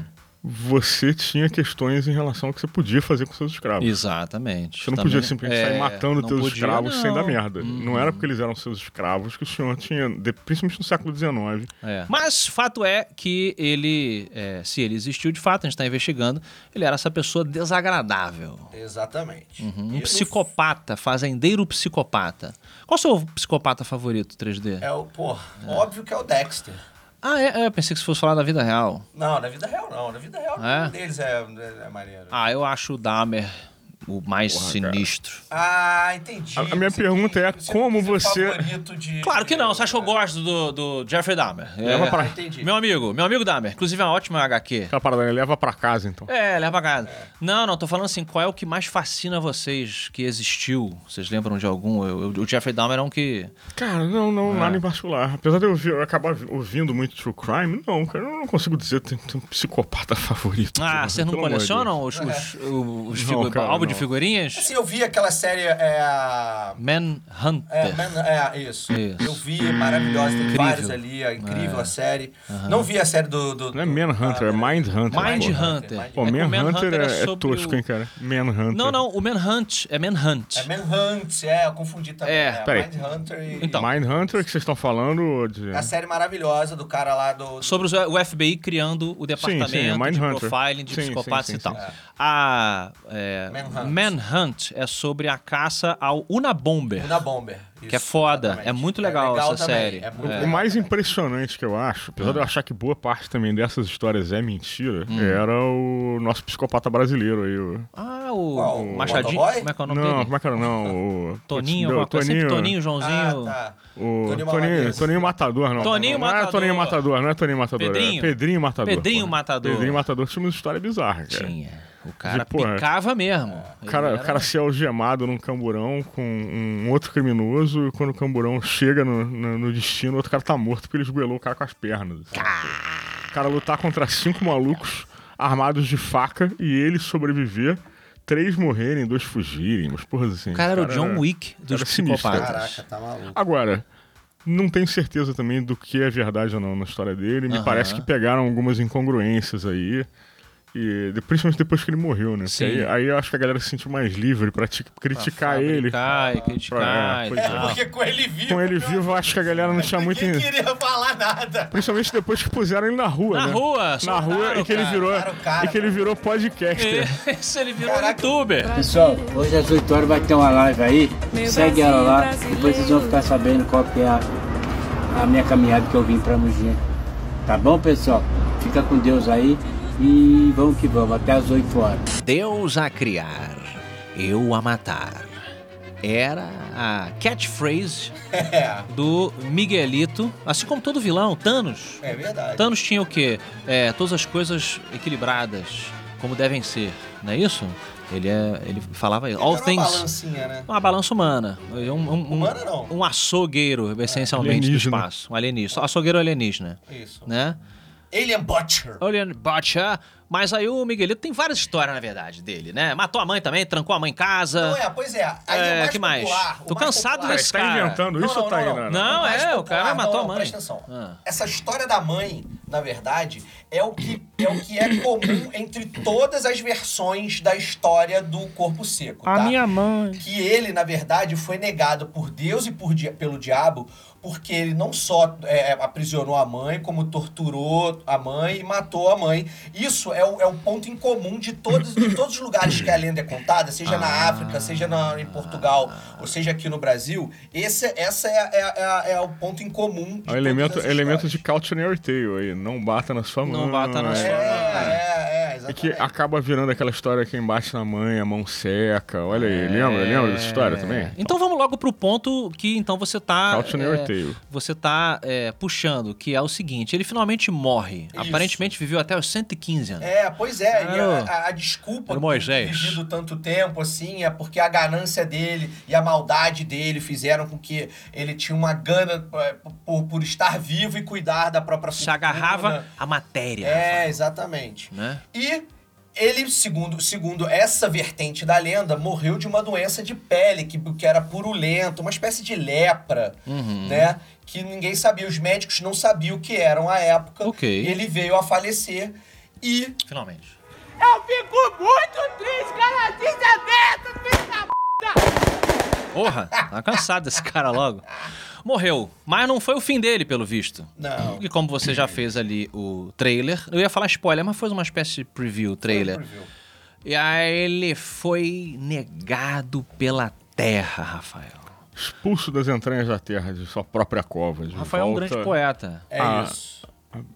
Speaker 4: Você tinha questões em relação ao que você podia fazer com seus escravos.
Speaker 1: Exatamente.
Speaker 4: Você não
Speaker 1: Também-
Speaker 4: podia simplesmente
Speaker 1: É,
Speaker 4: sair matando
Speaker 1: não
Speaker 4: teus
Speaker 1: podia,
Speaker 4: escravos sem dar
Speaker 1: não. Uhum.
Speaker 4: merda. Não era porque eles eram seus escravos que o senhor tinha, de- principalmente no século XIX.
Speaker 1: É. Mas fato é que ele, é, se ele existiu de fato, a gente está investigando, ele era essa pessoa desagradável.
Speaker 3: Exatamente.
Speaker 1: Uhum,
Speaker 3: E
Speaker 1: Um
Speaker 3: no-
Speaker 1: psicopata, fazendeiro psicopata. Qual o seu psicopata favorito 3D?
Speaker 3: É o, pô, óbvio que é o Dexter.
Speaker 1: Ah, é, é, eu pensei que você fosse falar da vida real.
Speaker 3: Não, na vida real não. Na vida real,
Speaker 1: É?
Speaker 3: nenhum deles é, é maneiro.
Speaker 1: Ah, eu acho o Dahmer o mais sinistro.
Speaker 3: Ah, entendi.
Speaker 4: A, a minha
Speaker 3: Você
Speaker 4: pergunta é como você...
Speaker 3: favorito de.
Speaker 1: Claro que não, você acha que eu gosto do, do Jeffrey Dahmer?
Speaker 4: É. Leva pra-
Speaker 3: Entendi.
Speaker 1: Meu amigo, meu amigo Dahmer. Inclusive, é uma ótima HQ.
Speaker 4: Aquela parada, né, leva pra casa, então.
Speaker 1: É, leva cagada. Não, não, tô falando assim, qual é o que mais fascina vocês que existiu? Vocês lembram de algum? Eu- eu- o Jeffrey Dahmer é um que.
Speaker 4: Cara, não, não,
Speaker 1: É.
Speaker 4: nada em particular. Apesar de eu, ouvir- eu acabar vi- ouvindo muito true crime, não, cara, eu não consigo dizer que tem, tem um psicopata favorito.
Speaker 1: Ah, vocês não
Speaker 4: Pelo amor de
Speaker 1: colecionam
Speaker 4: Deus.
Speaker 1: os, os, os
Speaker 4: Não,
Speaker 1: figu-
Speaker 4: cara,
Speaker 1: álbum de
Speaker 4: não.
Speaker 1: figurinhas?
Speaker 3: Assim, eu vi aquela série. É.
Speaker 1: Manhunter.
Speaker 3: É, Man- é, isso.
Speaker 1: Isso.
Speaker 3: Eu vi, é maravilhosa. Tem
Speaker 1: Incrível.
Speaker 3: vários ali, é incrível a série. Não vi a série do. do,
Speaker 4: Não é
Speaker 3: do- Ah,
Speaker 4: Manhunter, é Mindhunter.
Speaker 1: Mind
Speaker 4: porra.
Speaker 1: Hunter.
Speaker 4: Pô,
Speaker 1: É que o
Speaker 4: Manhunter
Speaker 1: Manhunter
Speaker 4: é, é
Speaker 1: sobre
Speaker 4: tosco,
Speaker 1: o-
Speaker 4: hein, cara? Manhunter.
Speaker 1: Não, não, o Manhunt é Manhunt.
Speaker 3: É Manhunt, é, eu confundi também.
Speaker 1: É,
Speaker 3: É,
Speaker 4: peraí.
Speaker 3: Mindhunter e.
Speaker 1: Então.
Speaker 4: Mindhunter que vocês estão falando de...
Speaker 3: A sésérie maravilhosa do cara lá do. do-
Speaker 1: Sobre os- eh, o FBI criando o departamento
Speaker 4: sim, é
Speaker 1: de
Speaker 4: Mindhunter.
Speaker 1: profiling de
Speaker 4: Sim, sim,
Speaker 1: psicopatas
Speaker 4: sim,
Speaker 1: e tal.
Speaker 4: sim,
Speaker 1: A é,
Speaker 3: Manhunt.
Speaker 1: Manhunt é sobre a caça ao Unabomber.
Speaker 3: Na Bomber.
Speaker 1: Que é
Speaker 3: Isso,
Speaker 1: foda,
Speaker 3: exatamente.
Speaker 1: é muito legal essa
Speaker 3: também,
Speaker 1: série.
Speaker 3: É
Speaker 1: É.
Speaker 3: muito
Speaker 4: O
Speaker 3: legal.
Speaker 4: mais impressionante que eu acho, apesar de eu achar que boa parte também dessas histórias é mentira,
Speaker 1: Hum.
Speaker 4: era o nosso psicopata brasileiro aí. O...
Speaker 1: Ah, o,
Speaker 3: Qual?
Speaker 1: o Machadinho.
Speaker 3: Motoboy?
Speaker 1: Como é que é o nome
Speaker 4: Não,
Speaker 1: dele?
Speaker 4: como é que era? Não, o.
Speaker 1: Toninho,
Speaker 4: o
Speaker 1: alguma coisa. Sempre Toninho,
Speaker 3: Ah,
Speaker 1: Joãozinho.
Speaker 3: tá.
Speaker 4: O
Speaker 3: Toninho
Speaker 4: Toninho,
Speaker 3: Malagueta.
Speaker 4: Toninho, Matador, não.
Speaker 1: Toninho
Speaker 4: não,
Speaker 1: Matador.
Speaker 4: é Toninho Matador, não é Toninho Matador.
Speaker 1: Pedrinho.
Speaker 4: É Pedrinho Matador.
Speaker 1: Pedrinho
Speaker 4: pô.
Speaker 1: Matador.
Speaker 4: Pedrinho Matador tinha uma história bizarra, cara.
Speaker 1: Tinha. é. O cara
Speaker 4: De É. porra.
Speaker 1: picava mesmo.
Speaker 4: O
Speaker 1: Ele
Speaker 4: cara, assim,
Speaker 1: um
Speaker 4: o cara se algemado num camburão com um outro criminoso, e quando o camburão chega no, no- no destino, o outro cara tá morto porque ele esgoelou o cara com as pernas. O cara lutar contra cinco malucos armados de faca e ele sobreviver, três morrerem, dois fugirem, umas porras assim.
Speaker 1: O cara era o John Wick dos
Speaker 4: era sinistro.
Speaker 1: psicopatas.
Speaker 3: Caraca, tá maluco.
Speaker 4: Agora, não tenho certeza também do que é verdade ou não na história dele. Me
Speaker 1: Aham.
Speaker 4: parece que pegaram algumas incongruências aí. E de- principalmente depois que ele morreu, né? Porque
Speaker 1: Sim.
Speaker 4: Aí, aí eu acho que a galera se sentiu mais livre pra ti- criticar ele.
Speaker 1: Fabricar e criticar
Speaker 4: É,
Speaker 1: e
Speaker 4: pois é.
Speaker 1: tal.
Speaker 3: Porque com ele vivo. né?
Speaker 4: Com ele vivo, eu acho que a galera não tinha muito.
Speaker 3: Ninguém queria falar nada.
Speaker 4: Principalmente depois que puseram ele na rua,
Speaker 1: Na
Speaker 4: né?
Speaker 1: rua,
Speaker 4: Na
Speaker 1: soltaram
Speaker 4: rua
Speaker 1: o
Speaker 4: e que
Speaker 1: cara,
Speaker 4: ele
Speaker 1: né? É.
Speaker 4: virou.
Speaker 3: soltaram o cara,
Speaker 4: e que ele virou podcaster.
Speaker 1: Esse ele virou youtuber.
Speaker 9: Pessoal, hoje às 8 horas vai ter uma live aí. Segue ela lá. Depois vocês vão ficar sabendo qual que é a, a minha caminhada que eu vim pra Mugê. Tá bom, pessoal? Fica com Deus aí e vamos que vamos. Até às 8 horas.
Speaker 2: Deus a criar, eu a matar.
Speaker 1: era a catchphrase
Speaker 3: É,
Speaker 1: do Miguelito, assim como todo vilão, Thanos.
Speaker 3: É verdade.
Speaker 1: Thanos tinha o quê? É, todas as coisas equilibradas, como devem ser, não é isso? Ele, é, ele falava isso. All
Speaker 3: Era
Speaker 1: things.
Speaker 3: Uma balancinha, né?
Speaker 1: Uma balança humana. Um, um,
Speaker 3: Humana, não.
Speaker 1: um açougueiro, essencialmente,
Speaker 4: Alienígena.
Speaker 1: do espaço. Um alienígena. Açougueiro alienígena.
Speaker 3: Isso.
Speaker 1: Né? Ah.
Speaker 3: Alien Butcher.
Speaker 1: Alien Butcher. Mas aí o Miguelito tem várias histórias, na verdade, dele, né? Matou a mãe também, trancou a mãe em casa.
Speaker 3: Não é, pois é. Aí
Speaker 1: É,
Speaker 3: o mais
Speaker 1: que mais?
Speaker 3: popular, o
Speaker 1: Tô cansado
Speaker 3: popular-
Speaker 1: desse Tá cara. inventando
Speaker 4: isso ou tá aí na-
Speaker 1: na- Não,
Speaker 3: mais
Speaker 1: é, o
Speaker 3: popular-
Speaker 1: cara matou
Speaker 3: não,
Speaker 1: a mãe.
Speaker 3: Presta atenção.
Speaker 1: Ah.
Speaker 3: Essa história da mãe, na verdade, é o, que, é o que é comum entre todas as versões da história do Corpo Seco, tá?
Speaker 4: mãe.
Speaker 3: que ele, na verdade, foi negado por Deus e por di- pelo diabo, porque ele não só é, aprisionou a mãe, como torturou a mãe e matou a mãe. Isso é o, é o ponto em comum de todos, de todos os lugares que a lenda é contada, seja na África, seja na- em Portugal, ou seja aqui no Brasil. Esse esse é, é- é- é o ponto em comum.
Speaker 4: É um elemento, elemento de Cautionary Tale aí. Não bata na sua mão.
Speaker 1: Não bata na
Speaker 4: é.
Speaker 1: sua mãe.
Speaker 3: É, é,
Speaker 4: É que acaba virando aquela história que é embaixo na mãe, a mão seca. Olha
Speaker 1: É.
Speaker 4: aí, lembra? Lembra dessa história
Speaker 3: É.
Speaker 4: também?
Speaker 1: Então vamos logo pro ponto que então você tá.
Speaker 4: Cautionary Tale.
Speaker 1: Você tá é, puxando, que é o seguinte: ele finalmente morre.
Speaker 3: Isso.
Speaker 1: Aparentemente viveu até os 115 anos.
Speaker 3: É, pois é. e
Speaker 1: Era o-
Speaker 3: a, a- a
Speaker 1: era
Speaker 3: desculpa
Speaker 1: o
Speaker 3: de
Speaker 1: Moisés.
Speaker 3: ter vivido tanto tempo, assim, é porque a ganância dele e a maldade dele fizeram com que ele tinha uma gana é, por, por estar vivo e cuidar da própria né?
Speaker 1: Se agarrava à matéria.
Speaker 3: É, exatamente.
Speaker 1: Né?
Speaker 3: E ele, segundo, segundo essa vertente da lenda, morreu de uma doença de pele, que, que era purulenta, uma espécie de lepra,
Speaker 1: Uhum.
Speaker 3: né? Que ninguém sabia, os médicos não sabiam o que eram à época.
Speaker 1: Ok.
Speaker 3: E ele veio a falecer e
Speaker 1: Finalmente.
Speaker 12: Eu fico muito triste, cara, diz aberto, filho da
Speaker 1: Porra, tá cansado desse cara logo. Morreu, mas não foi o fim dele, pelo visto.
Speaker 3: Não.
Speaker 1: E como você já fez ali o trailer, eu ia falar spoiler, mas foi uma espécie de preview trailer. E aí ele foi negado pela terra, Rafael.
Speaker 4: Expulso das entranhas da terra, de sua própria cova. de
Speaker 1: Rafael é um
Speaker 4: volta
Speaker 1: grande poeta.
Speaker 3: É
Speaker 4: à-
Speaker 3: isso.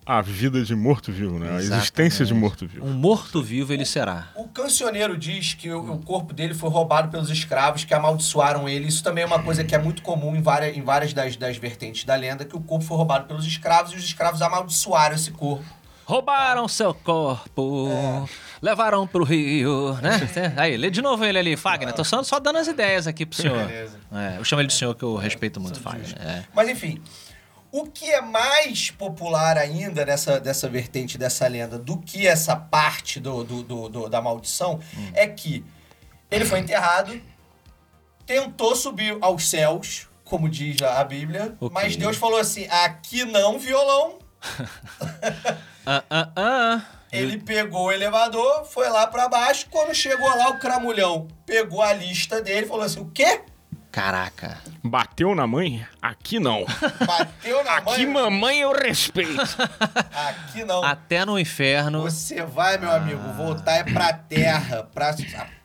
Speaker 4: à vida de morto-vivo, né? A existência de morto-vivo.
Speaker 1: Um morto-vivo ele será.
Speaker 3: O cancioneiro diz que o, o corpo dele foi roubado pelos escravos que amaldiçoaram ele. Isso também é uma coisa que é muito comum em várias, em várias das, das vertentes da lenda, que o corpo foi roubado pelos escravos e os escravos amaldiçoaram esse corpo.
Speaker 1: Roubaram seu corpo, levaram pro rio, né? Aí, lê de novo ele ali, Fagner. Tô só, só dando as ideias aqui pro senhor.
Speaker 3: Beleza.
Speaker 1: É, eu chamo ele de senhor que eu respeito muito, Fagner. É.
Speaker 3: Mas enfim, o que é mais popular ainda dessa, dessa vertente dessa lenda do que essa parte do, do- do- do- da maldição é que ele foi enterrado, tentou subir aos céus, como diz a a Bíblia,
Speaker 1: Ok.
Speaker 3: mas Deus falou assim: aqui não, violão.
Speaker 1: Ah, ah, ah.
Speaker 3: Ele pegou o elevador, foi lá pra baixo. Quando chegou lá, o cramulhão pegou a lista dele e falou assim: o quê?
Speaker 1: Caraca.
Speaker 4: Bateu na mãe? Aqui não.
Speaker 3: Bateu na mãe?
Speaker 4: Aqui mamãe eu respeito.
Speaker 3: Aqui não.
Speaker 1: Até no inferno.
Speaker 3: Você vai, meu amigo,
Speaker 1: Ah.
Speaker 3: voltar é pra terra, pra,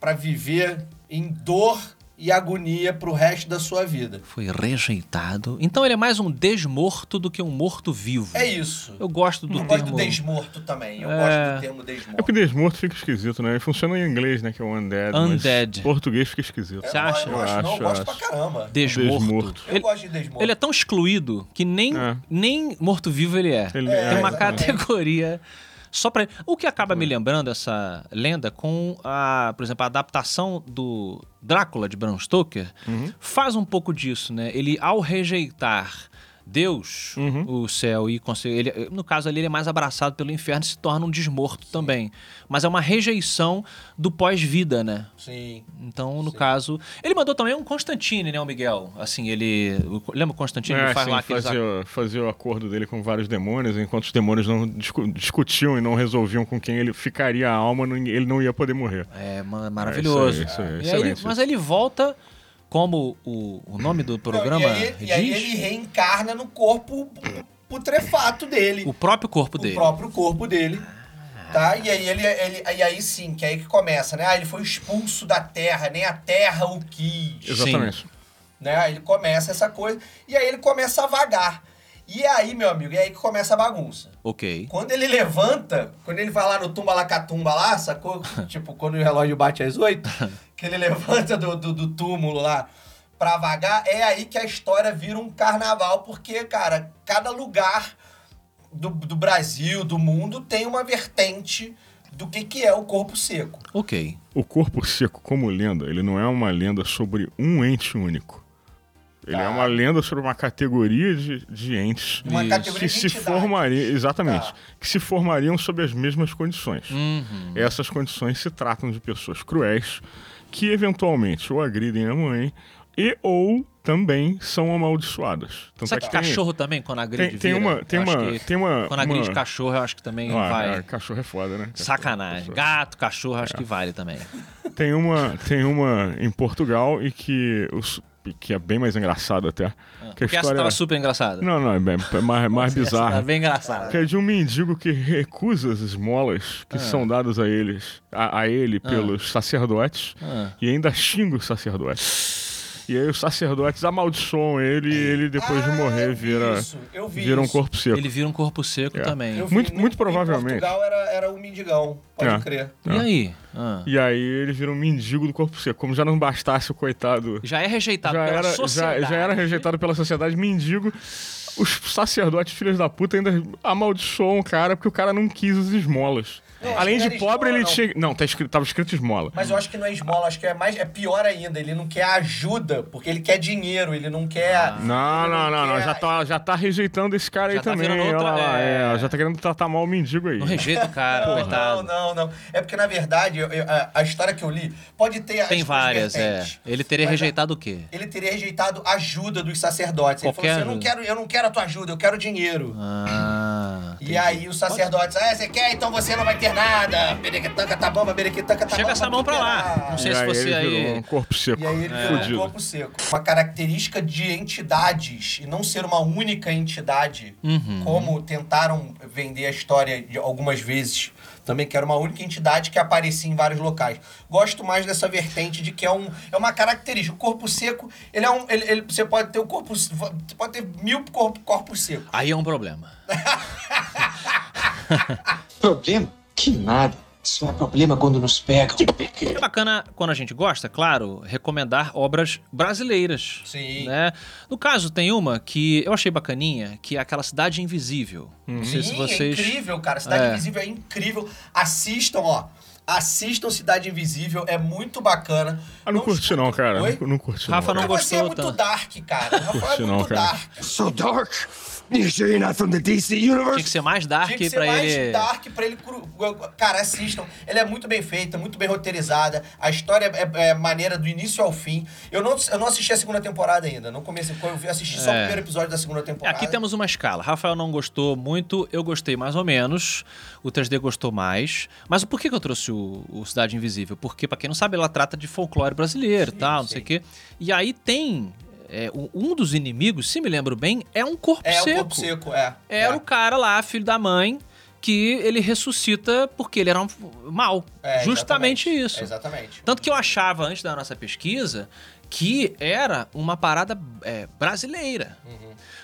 Speaker 3: pra viver em dor e agonia pro resto da sua vida.
Speaker 1: Foi rejeitado. Então ele é mais um desmorto do que um morto-vivo.
Speaker 3: É isso.
Speaker 1: Eu gosto do
Speaker 3: Eu gosto
Speaker 1: termo.
Speaker 3: do desmorto também. Eu
Speaker 1: É.
Speaker 3: gosto do termo
Speaker 4: É
Speaker 3: desmorto.
Speaker 4: porque desmorto fica esquisito, né? Funciona em inglês, né? Que é o undead.
Speaker 1: Undead.
Speaker 4: Mas português fica esquisito.
Speaker 1: Você acha?
Speaker 3: Eu não
Speaker 4: Eu
Speaker 3: gosto, não, eu
Speaker 4: acho, eu
Speaker 3: gosto
Speaker 4: acho.
Speaker 3: pra caramba.
Speaker 1: Desmorto.
Speaker 4: Desmorto.
Speaker 3: Eu
Speaker 1: Ele-
Speaker 3: gosto de desmorto.
Speaker 1: Ele é tão excluído que nem,
Speaker 4: É.
Speaker 1: nem morto-vivo ele é.
Speaker 4: Ele-
Speaker 1: Tem
Speaker 4: é,
Speaker 1: uma
Speaker 4: exatamente.
Speaker 1: categoria só pra ele. O que acaba me lembrando essa lenda com a, por exemplo, a adaptação do Drácula de Bram Stoker
Speaker 4: Uhum.
Speaker 1: faz um pouco disso, né? Ele ao rejeitar Deus,
Speaker 4: Uhum.
Speaker 1: o céu e conse- ele, no caso ali ele é mais abraçado pelo inferno e se torna um desmorto também. Mas é uma rejeição do pós-vida, né?
Speaker 3: Sim.
Speaker 1: Então, no caso. Ele mandou também um Constantine, né, o Miguel? Assim, ele. o- Lembra o Constantine?
Speaker 4: É,
Speaker 1: ele faz
Speaker 4: assim,
Speaker 1: lá aqueles.
Speaker 4: fazia, fazia o acordo dele com vários demônios, enquanto os demônios não discu- discutiam e não resolviam com quem ele ficaria a alma, não- ele não ia poder morrer.
Speaker 1: É ma- maravilhoso.
Speaker 4: É, isso aí, isso aí,
Speaker 1: E aí ele-
Speaker 4: excelente.
Speaker 1: mas aí ele volta como o, o nome do programa
Speaker 3: e, aí,
Speaker 1: diz,
Speaker 3: e aí ele reencarna no corpo putrefato dele.
Speaker 1: o próprio corpo
Speaker 3: o
Speaker 1: dele. Ah.
Speaker 3: próprio corpo dele. Tá? E aí ele, ele e aí sim, que é aí que começa, né? Ah, ele foi expulso da terra, nem a terra o quis.
Speaker 4: Exatamente.
Speaker 3: Né? Aí ele começa essa coisa, e aí ele começa a vagar. E aí, meu amigo, é aí que começa a bagunça.
Speaker 1: Ok.
Speaker 3: Quando ele levanta, quando ele vai lá no tumba lacatumba lá, sacou? tipo, quando o relógio bate às oito, que ele levanta do, do, do túmulo lá pra vagar, é aí que a história vira um carnaval, porque, cara, cada lugar do, do Brasil, do mundo, tem uma vertente do que, que é o corpo seco.
Speaker 1: Ok.
Speaker 4: O corpo seco, como lenda, ele não é uma lenda sobre um ente único. Ele é uma lenda sobre uma categoria de, de entes
Speaker 3: Uma Isso. categoria
Speaker 4: que
Speaker 3: de
Speaker 4: se
Speaker 3: entidades.
Speaker 4: formaria exatamente, que se formariam sob as mesmas condições. Essas condições se tratam de pessoas cruéis que eventualmente ou agridem a mãe e ou também são amaldiçoadas. Tanto
Speaker 1: Será
Speaker 4: é
Speaker 1: que
Speaker 4: tem-
Speaker 1: cachorro também, quando agride
Speaker 4: tem, tem
Speaker 1: vira?
Speaker 4: uma, tem
Speaker 1: Eu acho
Speaker 4: uma,
Speaker 1: que
Speaker 4: tem uma,
Speaker 1: Quando agride
Speaker 4: uma-
Speaker 1: cachorro, eu acho que também
Speaker 4: Ah,
Speaker 1: vai.
Speaker 4: é, cachorro é foda, né?
Speaker 1: Sacanagem. Gato, cachorro, eu acho que vale também.
Speaker 4: Tem uma, tem uma em Portugal e que, os- que é bem mais engraçado até. que a
Speaker 1: Ah, Porque essa
Speaker 4: história- é-
Speaker 1: tava super engraçada.
Speaker 4: Não, não, é bem- é mais, mais
Speaker 1: Essa tava
Speaker 4: bizarra.
Speaker 1: bem engraçada.
Speaker 4: Que é de um mendigo que recusa as esmolas que
Speaker 1: Ah.
Speaker 4: são dadas a eles, a, a ele
Speaker 1: Ah.
Speaker 4: pelos sacerdotes
Speaker 1: Ah.
Speaker 4: e ainda xinga os sacerdotes. E aí os sacerdotes amaldiçoam ele e ele depois de morrer vira,
Speaker 3: eu vi
Speaker 4: vira um
Speaker 3: isso.
Speaker 4: corpo seco.
Speaker 1: Ah, Ele vira um corpo
Speaker 4: É.
Speaker 1: seco também.
Speaker 3: Eu vi
Speaker 4: Muito,
Speaker 3: no-
Speaker 4: muito provavelmente.
Speaker 3: Portugal era, era um mendigão, pode
Speaker 4: É,
Speaker 3: crer.
Speaker 4: é.
Speaker 1: Ah.
Speaker 4: E aí ele vira um mendigo do corpo seco. Como já não bastasse o coitado.
Speaker 1: Já é
Speaker 3: Tá
Speaker 1: rejeitado
Speaker 4: já
Speaker 1: pela
Speaker 4: era,
Speaker 1: sociedade.
Speaker 4: Já, já era rejeitado pela sociedade, mendigo. Os sacerdotes, filhos da puta, ainda amaldiçoam o cara porque o cara não quis as esmolas. Além
Speaker 3: acho
Speaker 4: de
Speaker 3: que não era
Speaker 4: pobre,
Speaker 3: esmola,
Speaker 4: ele
Speaker 3: não.
Speaker 4: tinha. Não, tá escrito, tava escrito esmola.
Speaker 3: Mas eu acho que não é esmola, acho que é mais é pior ainda. Ele não quer ajuda, porque ele quer dinheiro, ele não quer.
Speaker 1: Ah,
Speaker 4: Não, não, não, não. Já tá, já tá rejeitando esse cara
Speaker 3: Já
Speaker 4: aí
Speaker 3: tá
Speaker 4: também.
Speaker 3: virando outra-
Speaker 4: olha lá,
Speaker 3: é.
Speaker 4: é, já tá querendo tratar mal o mendigo aí.
Speaker 3: Não,
Speaker 4: Porra.
Speaker 3: Não, não, não. É porque, na verdade, eu- eu- a, a história que eu li pode ter. as
Speaker 1: Tem
Speaker 3: duas
Speaker 1: várias, é.
Speaker 3: vertentes.
Speaker 1: Ele teria
Speaker 3: Mas,
Speaker 1: rejeitado o quê?
Speaker 3: Ele teria rejeitado a ajuda dos sacerdotes. Ele
Speaker 1: Qualquer
Speaker 3: falou assim: eu não,
Speaker 1: ajuda.
Speaker 3: quero, eu não quero a tua ajuda, eu quero dinheiro.
Speaker 1: Ah.
Speaker 3: E aí os sacerdotes, ah, você quer? Então você não vai ter nada. Berequetanca tá bomba, berequetanca tá Chega essa mão pra lá.
Speaker 1: Não sei se você
Speaker 4: ele
Speaker 1: aí.
Speaker 4: virou um corpo seco.
Speaker 3: E aí ele virou um corpo seco. Uma característica de entidades, e não ser uma única entidade,
Speaker 1: Uhum.
Speaker 3: como tentaram vender a história de algumas vezes. Também que era uma única entidade que aparecia em vários locais. Gosto mais dessa vertente de que é, um, é uma característica. O corpo seco, ele é um. Ele, ele- você pode ter o corpo. Você pode ter mil corpo, corpos secos.
Speaker 1: Aí é um problema.
Speaker 13: Problema? Que nada. Isso não é problema quando nos pegam.
Speaker 1: É bacana, quando a gente gosta, é claro, recomendar obras brasileiras.
Speaker 3: Sim.
Speaker 1: Né? No caso, tem uma que eu achei bacaninha, que é aquela Cidade Invisível. Não sei se
Speaker 3: Sim,
Speaker 1: vocês...
Speaker 3: é incrível, cara. Cidade
Speaker 1: É.
Speaker 3: Invisível é incrível. Assistam, ó. Assistam Cidade Invisível, é muito bacana.
Speaker 4: Ah, não curti não, cara.
Speaker 3: Oi?
Speaker 4: Não curti
Speaker 1: Rafa não
Speaker 4: cara.
Speaker 3: Você é muito dark, cara.
Speaker 4: Não
Speaker 3: Rafael é
Speaker 4: curti
Speaker 3: muito
Speaker 4: não, cara.
Speaker 3: dark.
Speaker 13: So dark. You sure you're not from the DC universe?
Speaker 1: Tinha que ser mais dark
Speaker 3: Tinha que ser
Speaker 1: pra
Speaker 3: mais
Speaker 1: ele... é-
Speaker 3: dark pra ele. cru- Cara, assistam. Ela é muito bem feita, muito bem roteirizada. A história é, é maneira do início ao fim. Eu não, eu não assisti a segunda temporada ainda. Não comecei. Eu assisti só o
Speaker 1: É.
Speaker 3: primeiro episódio da segunda temporada.
Speaker 1: Aqui temos uma escala. Rafael não gostou muito, eu gostei mais ou menos, o 3D gostou mais. Mas por que, que eu trouxe o, o Cidade Invisível? Porque, pra quem não sabe, ela trata de folclore brasileiro e tal, não sei o quê. E aí tem. é, o- um dos inimigos, se me lembro bem, é um corpo
Speaker 3: É,
Speaker 1: seco.
Speaker 3: o corpo seco, é.
Speaker 1: Era o cara lá, filho da mãe, que ele ressuscita porque ele era um mal.
Speaker 3: É,
Speaker 1: Justamente isso.
Speaker 3: Exatamente.
Speaker 1: Tanto que eu achava, antes da nossa pesquisa, que era uma parada é, brasileira.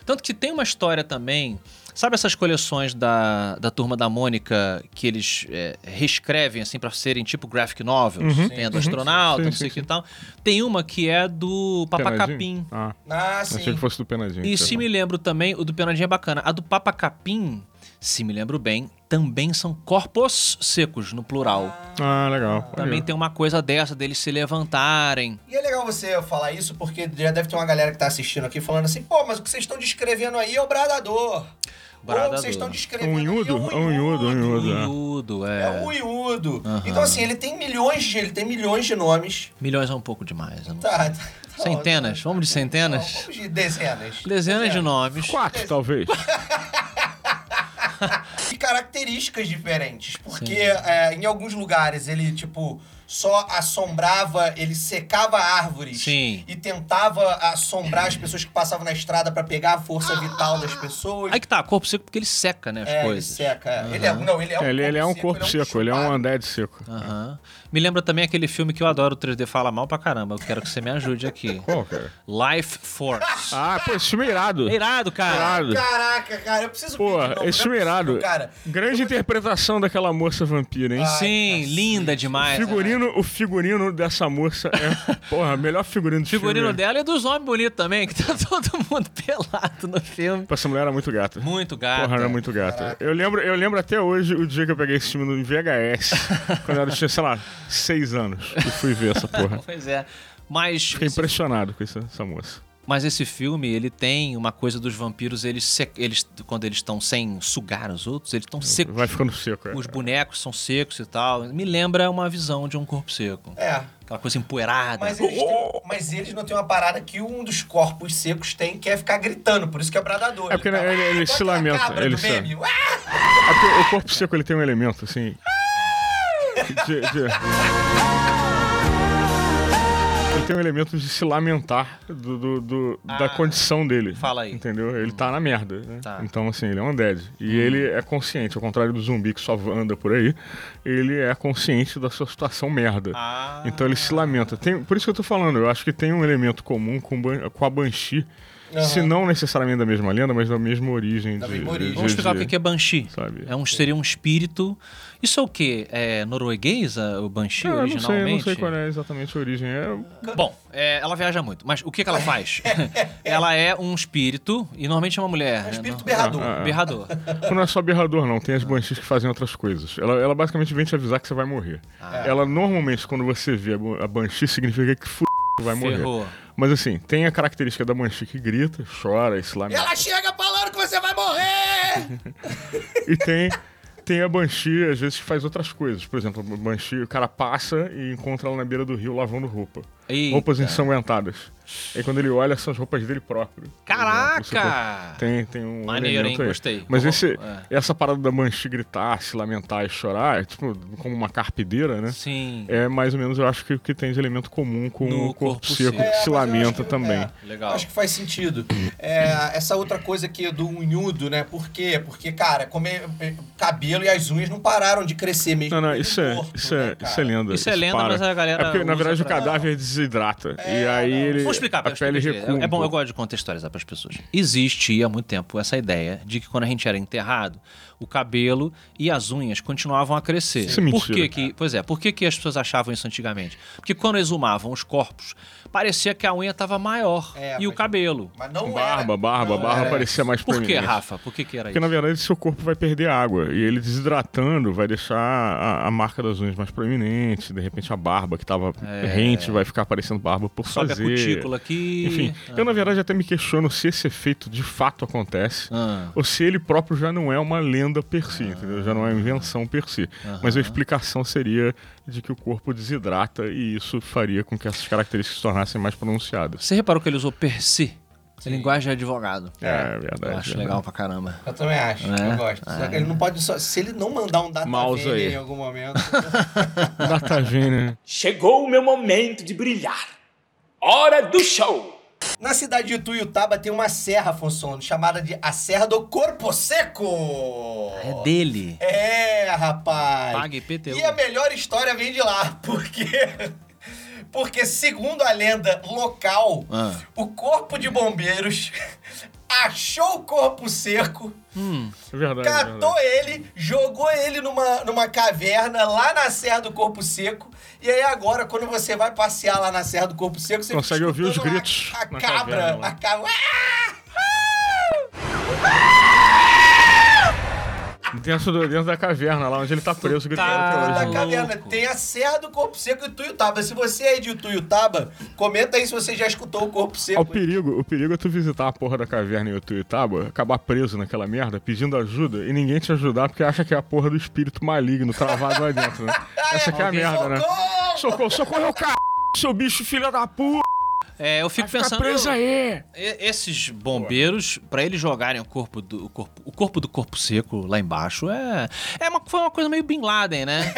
Speaker 1: Tanto que tem uma história também. Sabe essas coleções da, da Turma da Mônica que eles é, reescrevem, assim, pra serem tipo graphic novels?
Speaker 4: Uhum.
Speaker 1: Tem a do
Speaker 4: Uhum.
Speaker 1: astronauta,
Speaker 4: Sim,
Speaker 1: não
Speaker 4: sim,
Speaker 1: sei o que e tal. Tem uma que é do Papacapim.
Speaker 4: Penadinho? Ah,
Speaker 3: Ah,
Speaker 4: achei que fosse do Penadinho.
Speaker 1: E
Speaker 4: cara.
Speaker 1: se me lembro também, o do Penadinha é bacana. A do Papa Capim, se me lembro bem, também são corpos secos, no plural.
Speaker 4: Ah, legal.
Speaker 1: Também
Speaker 4: Aí, ó.
Speaker 1: tem uma coisa dessa deles se levantarem.
Speaker 3: E é legal você falar isso, porque já deve ter uma galera que tá assistindo aqui falando assim, pô, mas o que vocês estão descrevendo aí é o bradador. Ou o que
Speaker 1: Bradador.
Speaker 3: vocês estão descrevendo um
Speaker 4: Unhudo? Unhudo, unhudo.
Speaker 1: Unhudo,
Speaker 3: é
Speaker 1: é.
Speaker 3: o unhudo.
Speaker 1: Aham.
Speaker 3: Então, assim, ele tem milhões de, ele tem milhões de nomes.
Speaker 1: Milhões é um pouco demais. eu não
Speaker 3: Tá,
Speaker 1: sei. Centenas? Vamos de centenas?
Speaker 3: de dezenas.
Speaker 1: Dezenas de nomes.
Speaker 4: Quatro, talvez.
Speaker 3: E características diferentes. Porque é, em alguns lugares ele, tipo, só assombrava, ele secava árvores
Speaker 1: Sim.
Speaker 3: e tentava assombrar as pessoas que passavam na estrada pra pegar a força vital das pessoas.
Speaker 1: Aí que tá, corpo seco porque ele seca, né, as
Speaker 3: É, ele
Speaker 1: coisas.
Speaker 3: seca, é. Ele é- não, ele é um
Speaker 4: Ele, ele é um corpo seco, ele é um undead seco.
Speaker 1: Aham. Me lembra também aquele filme que eu adoro, o 3D fala mal pra caramba. Eu quero que você me ajude aqui.
Speaker 4: Qual, cara?
Speaker 1: Life Force.
Speaker 4: Ah, pô, esse filme é irado.
Speaker 1: É irado, cara.
Speaker 4: Irado.
Speaker 3: Caraca, cara, eu preciso
Speaker 4: Pô,
Speaker 3: ver de novo,
Speaker 4: esse
Speaker 3: não
Speaker 4: filme é irado.
Speaker 3: possível, cara.
Speaker 1: Ah,
Speaker 4: Grande interpretação daquela moça vampira, hein?
Speaker 1: Sim, linda demais. né?
Speaker 4: Figurino figurino, o figurino dessa moça é. Porra, melhor figurino do
Speaker 1: figurino
Speaker 4: filme.
Speaker 1: dela e dos homens bonitos também, que tá todo mundo pelado no filme.
Speaker 4: Pô, Essa mulher era muito gata.
Speaker 1: Muito gata.
Speaker 4: Porra, era muito gata. Eu lembro, eu lembro até hoje o dia que eu peguei esse filme no VHS, quando eu tinha, sei lá, seis anos. E fui ver essa porra.
Speaker 1: Pois é. Mas
Speaker 4: Fiquei impressionado com essa, essa moça.
Speaker 1: Mas esse filme, ele tem uma coisa dos vampiros, eles, se- eles quando eles estão sem sugar os outros, eles estão secos.
Speaker 4: Vai ficando seco, é.
Speaker 1: Os bonecos são secos e tal. Me lembra uma visão de um corpo seco.
Speaker 3: É.
Speaker 1: Aquela coisa empoeirada.
Speaker 3: Mas eles, têm- mas eles não têm uma parada que um dos corpos secos tem, que é ficar gritando. Por isso que é bradador. Ah,
Speaker 4: É porque ele, ele- ele se lamenta.
Speaker 3: cabra do
Speaker 4: Ele
Speaker 3: Ah,
Speaker 4: se...
Speaker 3: meme.
Speaker 4: É porque o corpo seco ele tem um elemento, assim. de- de- Ele tem um elemento de se lamentar do, do- do- da condição dele. Ah. Fala aí. Entendeu? Ele tá na merda. né? Então, assim, ele é um dead. E ele é consciente, ao contrário do zumbi que só anda por aí, ele é consciente da sua situação merda. Então ele se lamenta. Tem- por isso que eu tô falando, eu acho que tem um elemento comum com, ban- com a Banshee.
Speaker 1: Aham.
Speaker 4: Se não necessariamente da mesma lenda, mas da mesma origem. de- de-
Speaker 1: Vamos explicar o
Speaker 4: de-
Speaker 1: que que é Banshee. É um, seria um espírito. Isso é o quê? É norueguês, a- o Banshee,
Speaker 4: Não, Ah, eu não sei, eu
Speaker 1: originalmente?
Speaker 4: não sei qual é exatamente a origem. É...
Speaker 1: Bom, é, ela viaja muito, mas o que, que ela faz? ela é um espírito, e normalmente é uma mulher. É um espírito
Speaker 4: berrador. Ah, ah.
Speaker 1: Berrador.
Speaker 4: Não é só berrador, não. Tem as banshees que fazem outras coisas. Ela, ela basicamente vem te avisar que você vai morrer. Ela normalmente, quando você vê a ban- a banshee, significa que f... vai morrer.
Speaker 1: Ferrou.
Speaker 4: Mas assim, tem a característica da banshee que grita, chora, e se
Speaker 3: E
Speaker 4: lamenta.
Speaker 3: ela chega falando que você vai morrer!
Speaker 4: E tem, tem a Banshee, às vezes, que faz outras coisas. Por exemplo, a Banshee, o cara passa e encontra ela na beira do rio lavando roupa.
Speaker 1: Eita.
Speaker 4: Roupas ensanguentadas. Aí quando ele olha, são as roupas dele próprio.
Speaker 1: Caraca!
Speaker 4: Tem, tem um.
Speaker 1: Maneiro,
Speaker 4: elemento
Speaker 1: hein?
Speaker 4: aí.
Speaker 1: Gostei. Tá
Speaker 4: Mas
Speaker 1: Bom, É.
Speaker 4: esse, essa parada da Banshee gritar, se lamentar e chorar, é tipo como uma carpideira, né?
Speaker 1: Sim.
Speaker 4: É mais ou menos, eu acho que o que tem de elemento comum com
Speaker 1: No
Speaker 4: o corpo,
Speaker 1: corpo
Speaker 4: seco,
Speaker 1: seco.
Speaker 4: que se
Speaker 1: É, mas eu
Speaker 4: lamenta também.
Speaker 1: Legal.
Speaker 3: Acho que faz sentido. É, essa outra coisa aqui do unhudo, né? Por quê? Porque, cara, como é- é, cabelo e as unhas não pararam de crescer mesmo.
Speaker 4: Não, não, isso é, isso,
Speaker 3: né,
Speaker 4: é, isso é lenda.
Speaker 1: Isso é lenda, mas a galera
Speaker 4: É porque, na
Speaker 1: usa
Speaker 4: verdade, o
Speaker 1: pra-
Speaker 4: cadáver desidrata.
Speaker 1: É,
Speaker 4: e aí ele.
Speaker 1: Vamos explicar,
Speaker 4: a
Speaker 1: pra
Speaker 4: pele
Speaker 1: explicar.
Speaker 4: recua.
Speaker 1: É, é
Speaker 4: um
Speaker 1: bom, eu
Speaker 4: pouco.
Speaker 1: gosto de contextualizar para as pessoas. Existe há muito tempo essa ideia de que quando a gente era enterrado, o cabelo e as unhas continuavam a crescer.
Speaker 4: Isso é mentira.
Speaker 1: Por que que, pois é, por que, que as pessoas achavam isso antigamente? Porque quando exumavam os corpos, parecia que a unha estava maior e o cabelo.
Speaker 3: Mas não
Speaker 4: Barba, barba, barba parecia mais
Speaker 1: É. Por que,
Speaker 4: proeminente.
Speaker 1: Rafa? Por que, que era
Speaker 4: Porque, na
Speaker 1: isso?
Speaker 4: verdade, seu corpo vai perder água. E ele desidratando vai deixar a, a marca das unhas mais proeminente. De repente, a barba que tava
Speaker 1: É.
Speaker 4: rente vai ficar parecendo barba por
Speaker 1: Sobe a
Speaker 4: fazer.
Speaker 1: cutícula aqui.
Speaker 4: Enfim,
Speaker 1: Ah.
Speaker 4: eu, na verdade, até me questiono se esse efeito de fato acontece
Speaker 1: Ah.
Speaker 4: ou se ele próprio já não é uma lenda per si, entendeu? Já não é uma invenção per si. Mas a explicação seria de que o corpo desidrata e isso faria com que essas características se tornassem mais pronunciadas.
Speaker 1: Você reparou que ele usou per si? Linguagem de advogado.
Speaker 4: É, é verdade.
Speaker 1: Eu acho
Speaker 4: é
Speaker 1: legal
Speaker 4: verdade.
Speaker 1: pra caramba.
Speaker 3: Eu também acho,
Speaker 1: É?
Speaker 3: eu gosto. Só que
Speaker 1: É.
Speaker 3: ele não pode só. Se ele não mandar um data
Speaker 1: Mouse
Speaker 3: verde
Speaker 1: aí.
Speaker 3: em algum momento.
Speaker 4: Data né? Vênia.
Speaker 14: Chegou o meu momento de brilhar. Hora do show!
Speaker 3: Na cidade de Tuiutaba tem uma serra, Fonson, chamada de a Serra do Corpo Seco.
Speaker 1: É dele.
Speaker 3: É, rapaz.
Speaker 1: Pague PTU.
Speaker 3: E a melhor história vem de lá, porque porque segundo a lenda local,
Speaker 1: Ah.
Speaker 3: o corpo de bombeiros achou o corpo seco,
Speaker 4: É verdade. é
Speaker 3: catou ele, jogou ele numa, numa caverna lá na Serra do Corpo Seco. E aí agora, quando você vai passear lá na Serra do Corpo Seco, você
Speaker 4: Consegue ouvir os
Speaker 3: escutando
Speaker 4: gritos
Speaker 3: A, a cabra,
Speaker 4: na caverna lá.
Speaker 3: a cabra.
Speaker 4: Dentro, Um do- dentro da caverna, lá onde ele tá preso, gritando até
Speaker 3: da
Speaker 4: hoje.
Speaker 3: caverna. Tem a Serra do Corpo Seco e Tuiutaba. Se você é de Tuiutaba, comenta aí se você já escutou o Corpo
Speaker 4: Ah, o
Speaker 3: Seco.
Speaker 4: perigo, o perigo é tu visitar a porra da caverna em Otuitaba, acabar preso naquela merda, pedindo ajuda e ninguém te ajudar porque acha que é a porra do espírito maligno travado lá dentro, né? Essa que é a
Speaker 1: Alguém-
Speaker 4: merda, né? Socorro, socorro, é o c... seu bicho filho da puta!
Speaker 1: É, eu fico
Speaker 4: Vai ficar
Speaker 1: pensando.
Speaker 4: preso
Speaker 1: eu-
Speaker 4: aí!
Speaker 1: e- Esses bombeiros, pra eles jogarem o corpo do o corpo, o corpo do corpo seco lá embaixo, é, é uma, foi uma coisa meio Bin Laden, né?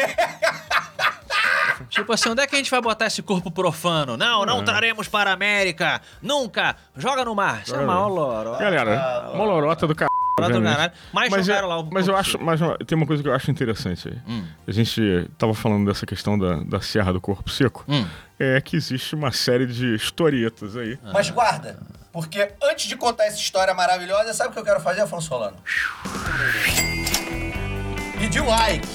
Speaker 1: tipo assim, onde é que a gente vai botar esse corpo profano? Não, não
Speaker 4: É.
Speaker 1: traremos para a América, nunca. Joga no mar. Isso é uma lorota.
Speaker 4: Galera, uma lorota do c...
Speaker 1: Lorota do
Speaker 4: obviamente.
Speaker 1: caralho. tá, Mas jogaram lá o
Speaker 4: Mas eu
Speaker 1: corpo
Speaker 4: acho, mas ó, tem uma coisa que eu acho interessante aí.
Speaker 1: Hum.
Speaker 4: A gente tava falando dessa questão da, da Serra do Corpo Seco.
Speaker 1: Hum.
Speaker 4: É que existe uma série de historietas aí.
Speaker 1: Ah.
Speaker 3: Mas guarda, porque antes de contar essa história maravilhosa, sabe o que eu quero fazer, Afonso Solano? Pedir um like.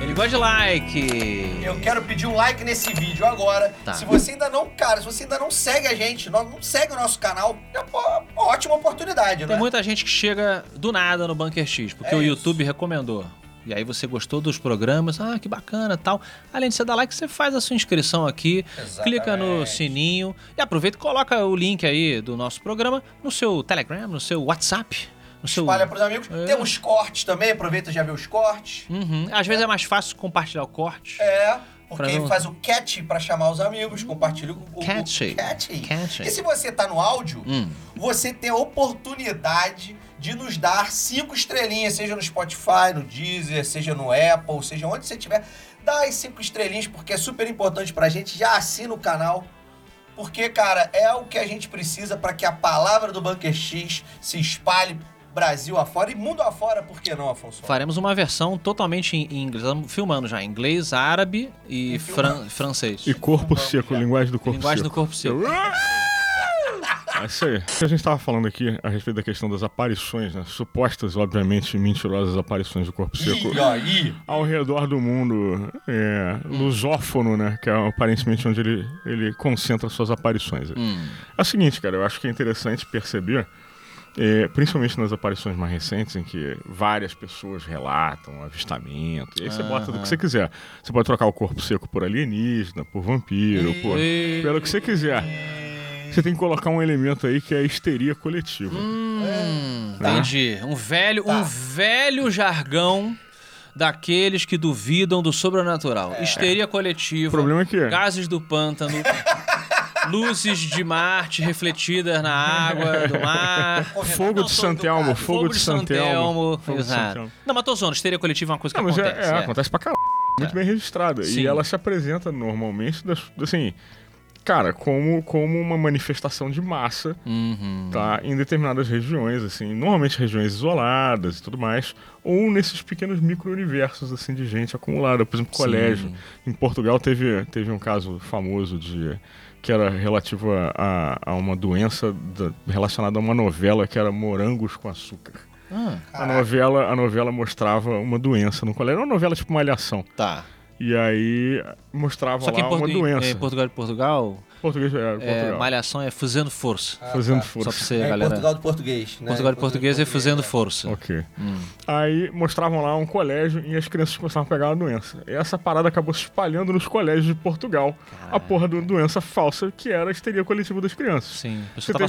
Speaker 1: Ele gosta de like.
Speaker 3: Eu quero pedir um like nesse vídeo agora.
Speaker 1: Tá.
Speaker 3: Se você ainda não, cara, se você ainda não segue a gente, não, não segue o nosso canal, é uma ótima oportunidade,
Speaker 1: Tem
Speaker 3: né?
Speaker 1: muita gente que chega do nada no Bunker X, porque
Speaker 3: É
Speaker 1: o
Speaker 3: isso.
Speaker 1: YouTube recomendou. E aí você gostou dos programas, ah, que bacana tal. Além de você dar like, você faz a sua inscrição aqui, clica no sininho e aproveita e coloca o link aí do nosso programa no seu Telegram, no seu WhatsApp, no seu...
Speaker 3: Espalha pros amigos.
Speaker 1: É.
Speaker 3: Tem os cortes também, aproveita e já vê os cortes.
Speaker 1: Uhum. Às vezes é mais fácil compartilhar o corte.
Speaker 3: É, porque
Speaker 1: Pra não-
Speaker 3: faz o catch pra chamar os amigos, compartilha o, o
Speaker 1: Catchy.
Speaker 3: o catch.
Speaker 1: Catchy.
Speaker 3: E se você tá no áudio,
Speaker 1: Hum.
Speaker 3: você tem a oportunidade de nos dar cinco estrelinhas, seja no Spotify, no Deezer, seja no Apple, seja onde você tiver. Dá as cinco estrelinhas porque é super importante pra gente. Já assina o canal. Porque, cara, é o que a gente precisa pra que a palavra do Bunker X se espalhe Brasil afora e mundo afora, por que não, Afonso?
Speaker 1: Faremos uma versão totalmente em em inglês. Estamos filmando já. Inglês, árabe e fran- francês.
Speaker 4: E corpo seco, linguagem do corpo
Speaker 1: Linguagem do
Speaker 4: seco.
Speaker 1: corpo seco.
Speaker 4: É isso aí. A gente estava falando aqui a respeito da questão das aparições, né? Supostas, obviamente, mentirosas aparições do corpo seco.
Speaker 3: E aí?
Speaker 4: Ao redor do mundo é, lusófono, né? Que é aparentemente onde ele, ele concentra suas aparições.
Speaker 1: Hum.
Speaker 4: É o seguinte, cara, eu acho que é interessante perceber, é, principalmente nas aparições mais recentes, em que várias pessoas relatam avistamento, e aí você bota do
Speaker 1: Aham.
Speaker 4: que você quiser. Você pode trocar o corpo seco por alienígena, por vampiro, por, pelo que você quiser. Você tem que colocar um elemento aí que é a histeria coletiva.
Speaker 1: Hum,
Speaker 4: Tá.
Speaker 1: Entendi. Um velho, um velho jargão daqueles que duvidam do sobrenatural.
Speaker 4: É.
Speaker 1: Histeria coletiva.
Speaker 4: O problema é que-
Speaker 1: Gases do pântano. luzes de Marte refletidas na água do mar.
Speaker 4: Fogo de Santelmo, fogo de Santelmo. Fogo de
Speaker 1: Exato.
Speaker 4: Santelmo.
Speaker 1: Não, mas tô zoando. Histeria coletiva é uma coisa que
Speaker 4: Não, mas é-
Speaker 1: acontece.
Speaker 4: é, acontece pra caralho. Muito bem registrada.
Speaker 1: Sim.
Speaker 4: E ela se apresenta normalmente, das- assim, cara, como, como uma manifestação de massa,
Speaker 1: Uhum.
Speaker 4: tá? Em determinadas regiões, assim, normalmente regiões isoladas e tudo mais, ou nesses pequenos micro-universos, assim, de gente acumulada. Por exemplo,
Speaker 1: Sim.
Speaker 4: colégio. Em Portugal teve, teve um caso famoso de que era relativo a, a- a uma doença da- relacionada a uma novela que era Morangos com Açúcar.
Speaker 1: Ah.
Speaker 4: A novela, a novela mostrava uma doença no colégio. Era uma novela tipo Malhação.
Speaker 1: Tá.
Speaker 4: E aí mostrava
Speaker 1: Só que
Speaker 4: lá é
Speaker 1: em, portu...
Speaker 4: uma doença.
Speaker 1: em Portugal de Portugal.
Speaker 4: Português é, Portugal.
Speaker 1: malhação é fazendo força.
Speaker 4: Fazendo Ah, força.
Speaker 1: Só pra você,
Speaker 4: É, em
Speaker 1: galera.
Speaker 4: Portugal
Speaker 3: do português, né?
Speaker 1: Portugal de português é fazendo força.
Speaker 4: Ok.
Speaker 1: Hum.
Speaker 4: Aí mostravam lá um colégio e as crianças começavam a pegar a doença. E essa parada acabou se espalhando nos colégios de Portugal. A porra de uma doença falsa que era a histeria coletiva das crianças.
Speaker 1: Sim. Você tava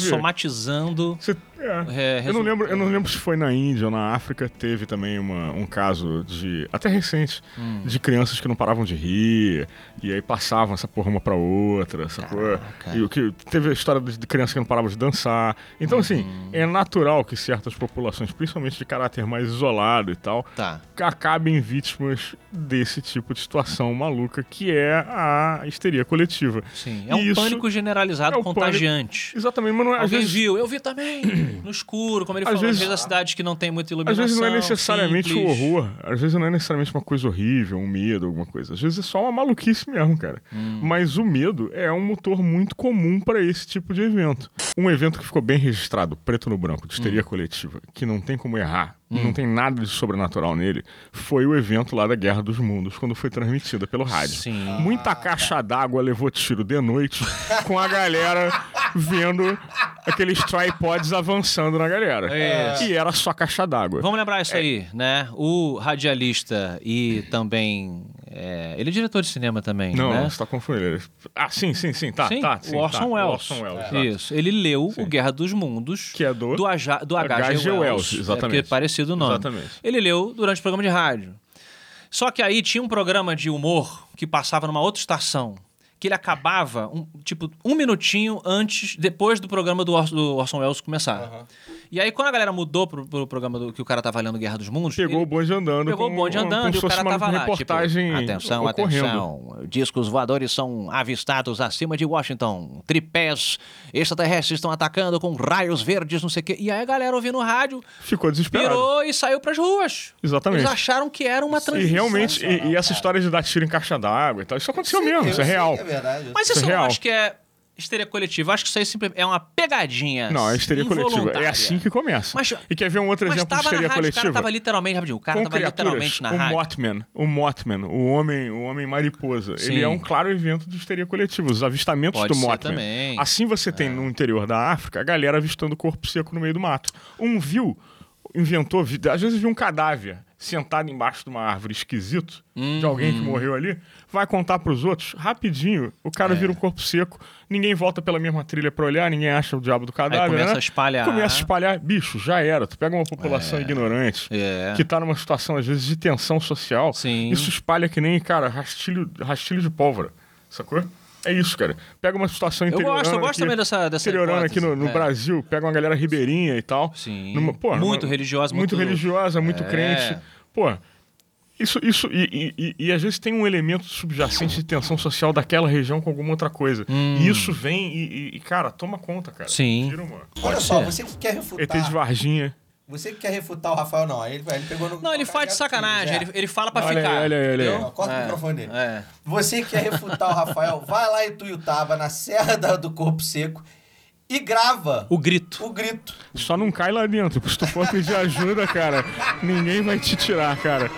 Speaker 1: somatizando. é,
Speaker 4: Eu não,
Speaker 1: resu-
Speaker 4: lembro, eu não lembro se foi na Índia ou na África, teve também uma- um caso de. até recente,
Speaker 1: Hum.
Speaker 4: de crianças que não paravam de rir, e aí passavam essa porra uma pra outra, essa porra. E o que teve a história de de criança que não parava de dançar. Então, assim,
Speaker 1: Uhum.
Speaker 4: é natural que certas populações, principalmente de caráter mais isolado e tal,
Speaker 1: Tá.
Speaker 4: acabem vítimas desse tipo de situação maluca que é a histeria coletiva.
Speaker 1: Sim, é um pânico generalizado contagiante.
Speaker 4: Exatamente, mas não é. um às
Speaker 1: Alguém
Speaker 4: vezes-
Speaker 1: viu, eu vi também. No escuro, como ele
Speaker 4: Às
Speaker 1: falou,
Speaker 4: vezes-
Speaker 1: às vezes as cidades que não tem muita
Speaker 4: Às
Speaker 1: iluminação.
Speaker 4: vezes não é necessariamente o
Speaker 1: simples.
Speaker 4: horror, às vezes não é necessariamente uma coisa horrível, um medo, alguma coisa. Às vezes é só uma maluquice mesmo, cara.
Speaker 1: Hum.
Speaker 4: Mas o medo é um motor muito comum pra esse tipo de evento. Um evento que ficou bem registrado, preto no branco, de histeria coletiva, que não tem como errar,
Speaker 1: Hum.
Speaker 4: não tem nada de sobrenatural nele, foi o evento lá da Guerra dos Mundos, quando foi transmitida pelo rádio. Muita caixa d'água levou tiro de noite com a galera vendo aqueles tripods avançando na galera.
Speaker 1: É isso.
Speaker 4: E era só caixa d'água.
Speaker 1: Vamos lembrar
Speaker 4: É.
Speaker 1: isso aí, né? O radialista e também. é, ele é diretor de cinema também,
Speaker 4: Não,
Speaker 1: né?
Speaker 4: não, você tá confundindo. Ah, sim, sim, sim, tá,
Speaker 1: sim,
Speaker 4: tá. Sim,
Speaker 1: o Orson
Speaker 4: tá.
Speaker 1: Welles.
Speaker 4: Orson Welles,
Speaker 1: É.
Speaker 4: exato.
Speaker 1: Isso. Ele leu o Guerra dos Mundos. Que
Speaker 4: é do.
Speaker 1: Do, Aja- do
Speaker 4: H.G.
Speaker 1: H.G. Wells.
Speaker 4: Wells,
Speaker 1: É porque é
Speaker 4: exatamente.
Speaker 1: parecido o nome.
Speaker 4: Exatamente.
Speaker 1: Ele leu durante o programa de rádio. Só que aí tinha um programa de humor que passava numa outra estação. Que ele acabava, um- tipo, um minutinho antes, depois do programa do, Ors- do Orson Welles começar. E aí, quando a galera mudou pro, pro programa do, que o cara tava lendo Guerra dos Mundos.
Speaker 4: Pegou o bonde andando.
Speaker 1: Pegou
Speaker 4: com- um,
Speaker 1: o bonde andando
Speaker 4: como
Speaker 1: e o
Speaker 4: se fosse
Speaker 1: cara
Speaker 4: uma
Speaker 1: tava lá.
Speaker 4: reportagem
Speaker 1: tipo, atenção,
Speaker 4: ocorrendo.
Speaker 1: atenção. Discos voadores são avistados acima de Washington. Tripés extraterrestres estão atacando com raios verdes, não sei o quê. E aí a galera ouvindo o rádio
Speaker 4: Ficou desesperado.
Speaker 1: pirou e saiu pras ruas.
Speaker 4: Exatamente.
Speaker 1: Eles acharam que era uma
Speaker 4: E
Speaker 1: transição.
Speaker 4: realmente, e, e essa história de dar tiro em caixa d'água e tal, isso aconteceu mesmo, isso é real.
Speaker 3: verdade.
Speaker 1: Mas isso eu
Speaker 4: é
Speaker 1: não
Speaker 4: real.
Speaker 1: acho que é histeria coletiva. Acho que isso aí simplesmente é uma pegadinha.
Speaker 4: Não, é histeria coletiva. É assim que começa. e quer ver um outro
Speaker 1: Mas
Speaker 4: exemplo
Speaker 1: tava
Speaker 4: de
Speaker 1: na
Speaker 4: histeria
Speaker 1: rádio, o
Speaker 4: coletiva?
Speaker 1: cara tava literalmente, rapidinho, o cara
Speaker 4: Com
Speaker 1: tava
Speaker 4: criaturas,
Speaker 1: literalmente na
Speaker 4: o
Speaker 1: rádio.
Speaker 4: Mothman, o Mothman, o homem, o homem mariposa.
Speaker 1: Sim.
Speaker 4: Ele é um claro evento de histeria coletiva, os avistamentos
Speaker 1: Pode
Speaker 4: do
Speaker 1: ser
Speaker 4: Mothman.
Speaker 1: também. É.
Speaker 4: Assim você tem no interior da África a galera avistando corpo seco no meio do mato. Um viu, inventou, vi- às vezes viu um cadáver sentado embaixo de uma árvore esquisito de alguém que
Speaker 1: hum.
Speaker 4: morreu ali, vai contar pros outros, rapidinho, o
Speaker 1: É.
Speaker 4: cara vira um corpo seco, ninguém volta pela mesma trilha pra olhar, ninguém acha o diabo do cadáver,
Speaker 1: começa
Speaker 4: né?
Speaker 1: a espalhar.
Speaker 4: Começa a espalhar, bicho, já era, tu pega uma população ignorante,
Speaker 1: É.
Speaker 4: que tá numa situação, às vezes, de tensão social. Isso espalha que nem, cara, rastilho, rastilho de pólvora. Sacou? É isso, cara. Pega uma situação
Speaker 1: Eu
Speaker 4: interiorana.
Speaker 1: gosto, eu gosto
Speaker 4: aqui-
Speaker 1: também dessa- dessa
Speaker 4: Interiorana aqui no,
Speaker 1: hipótese,
Speaker 4: no
Speaker 1: é.
Speaker 4: Brasil, pega uma galera ribeirinha e tal. Sim.
Speaker 1: Muito religiosa, muito-
Speaker 4: muito. religiosa, muito
Speaker 1: É.
Speaker 4: crente. Pô. Isso, isso, e, e- e- e às vezes tem um elemento subjacente de tensão social daquela região com alguma outra coisa.
Speaker 1: Hum.
Speaker 4: E isso vem e, e- e, cara, toma conta, cara.
Speaker 1: Sim.
Speaker 4: Vira uma-
Speaker 3: Olha só, você que quer refutar.
Speaker 4: ET de
Speaker 1: Tá.
Speaker 4: Varginha.
Speaker 3: Você que quer refutar o Rafael, não. Aí Ele, ele pegou no.
Speaker 1: Não, ele faz de sacanagem, ele, ele fala pra
Speaker 4: É. Olha aí,
Speaker 1: ficar.
Speaker 4: olha aí, olha aí.
Speaker 1: entendeu?
Speaker 3: É, Corta o
Speaker 1: É,
Speaker 3: microfone dele.
Speaker 1: É.
Speaker 3: Você que quer refutar o Rafael, vai lá em Tuiutaba, na Serra da- do Corpo Seco, e grava
Speaker 1: o grito.
Speaker 3: O grito.
Speaker 4: Só não cai lá dentro, porque se tu for pedir ajuda, cara, ninguém vai te tirar, cara.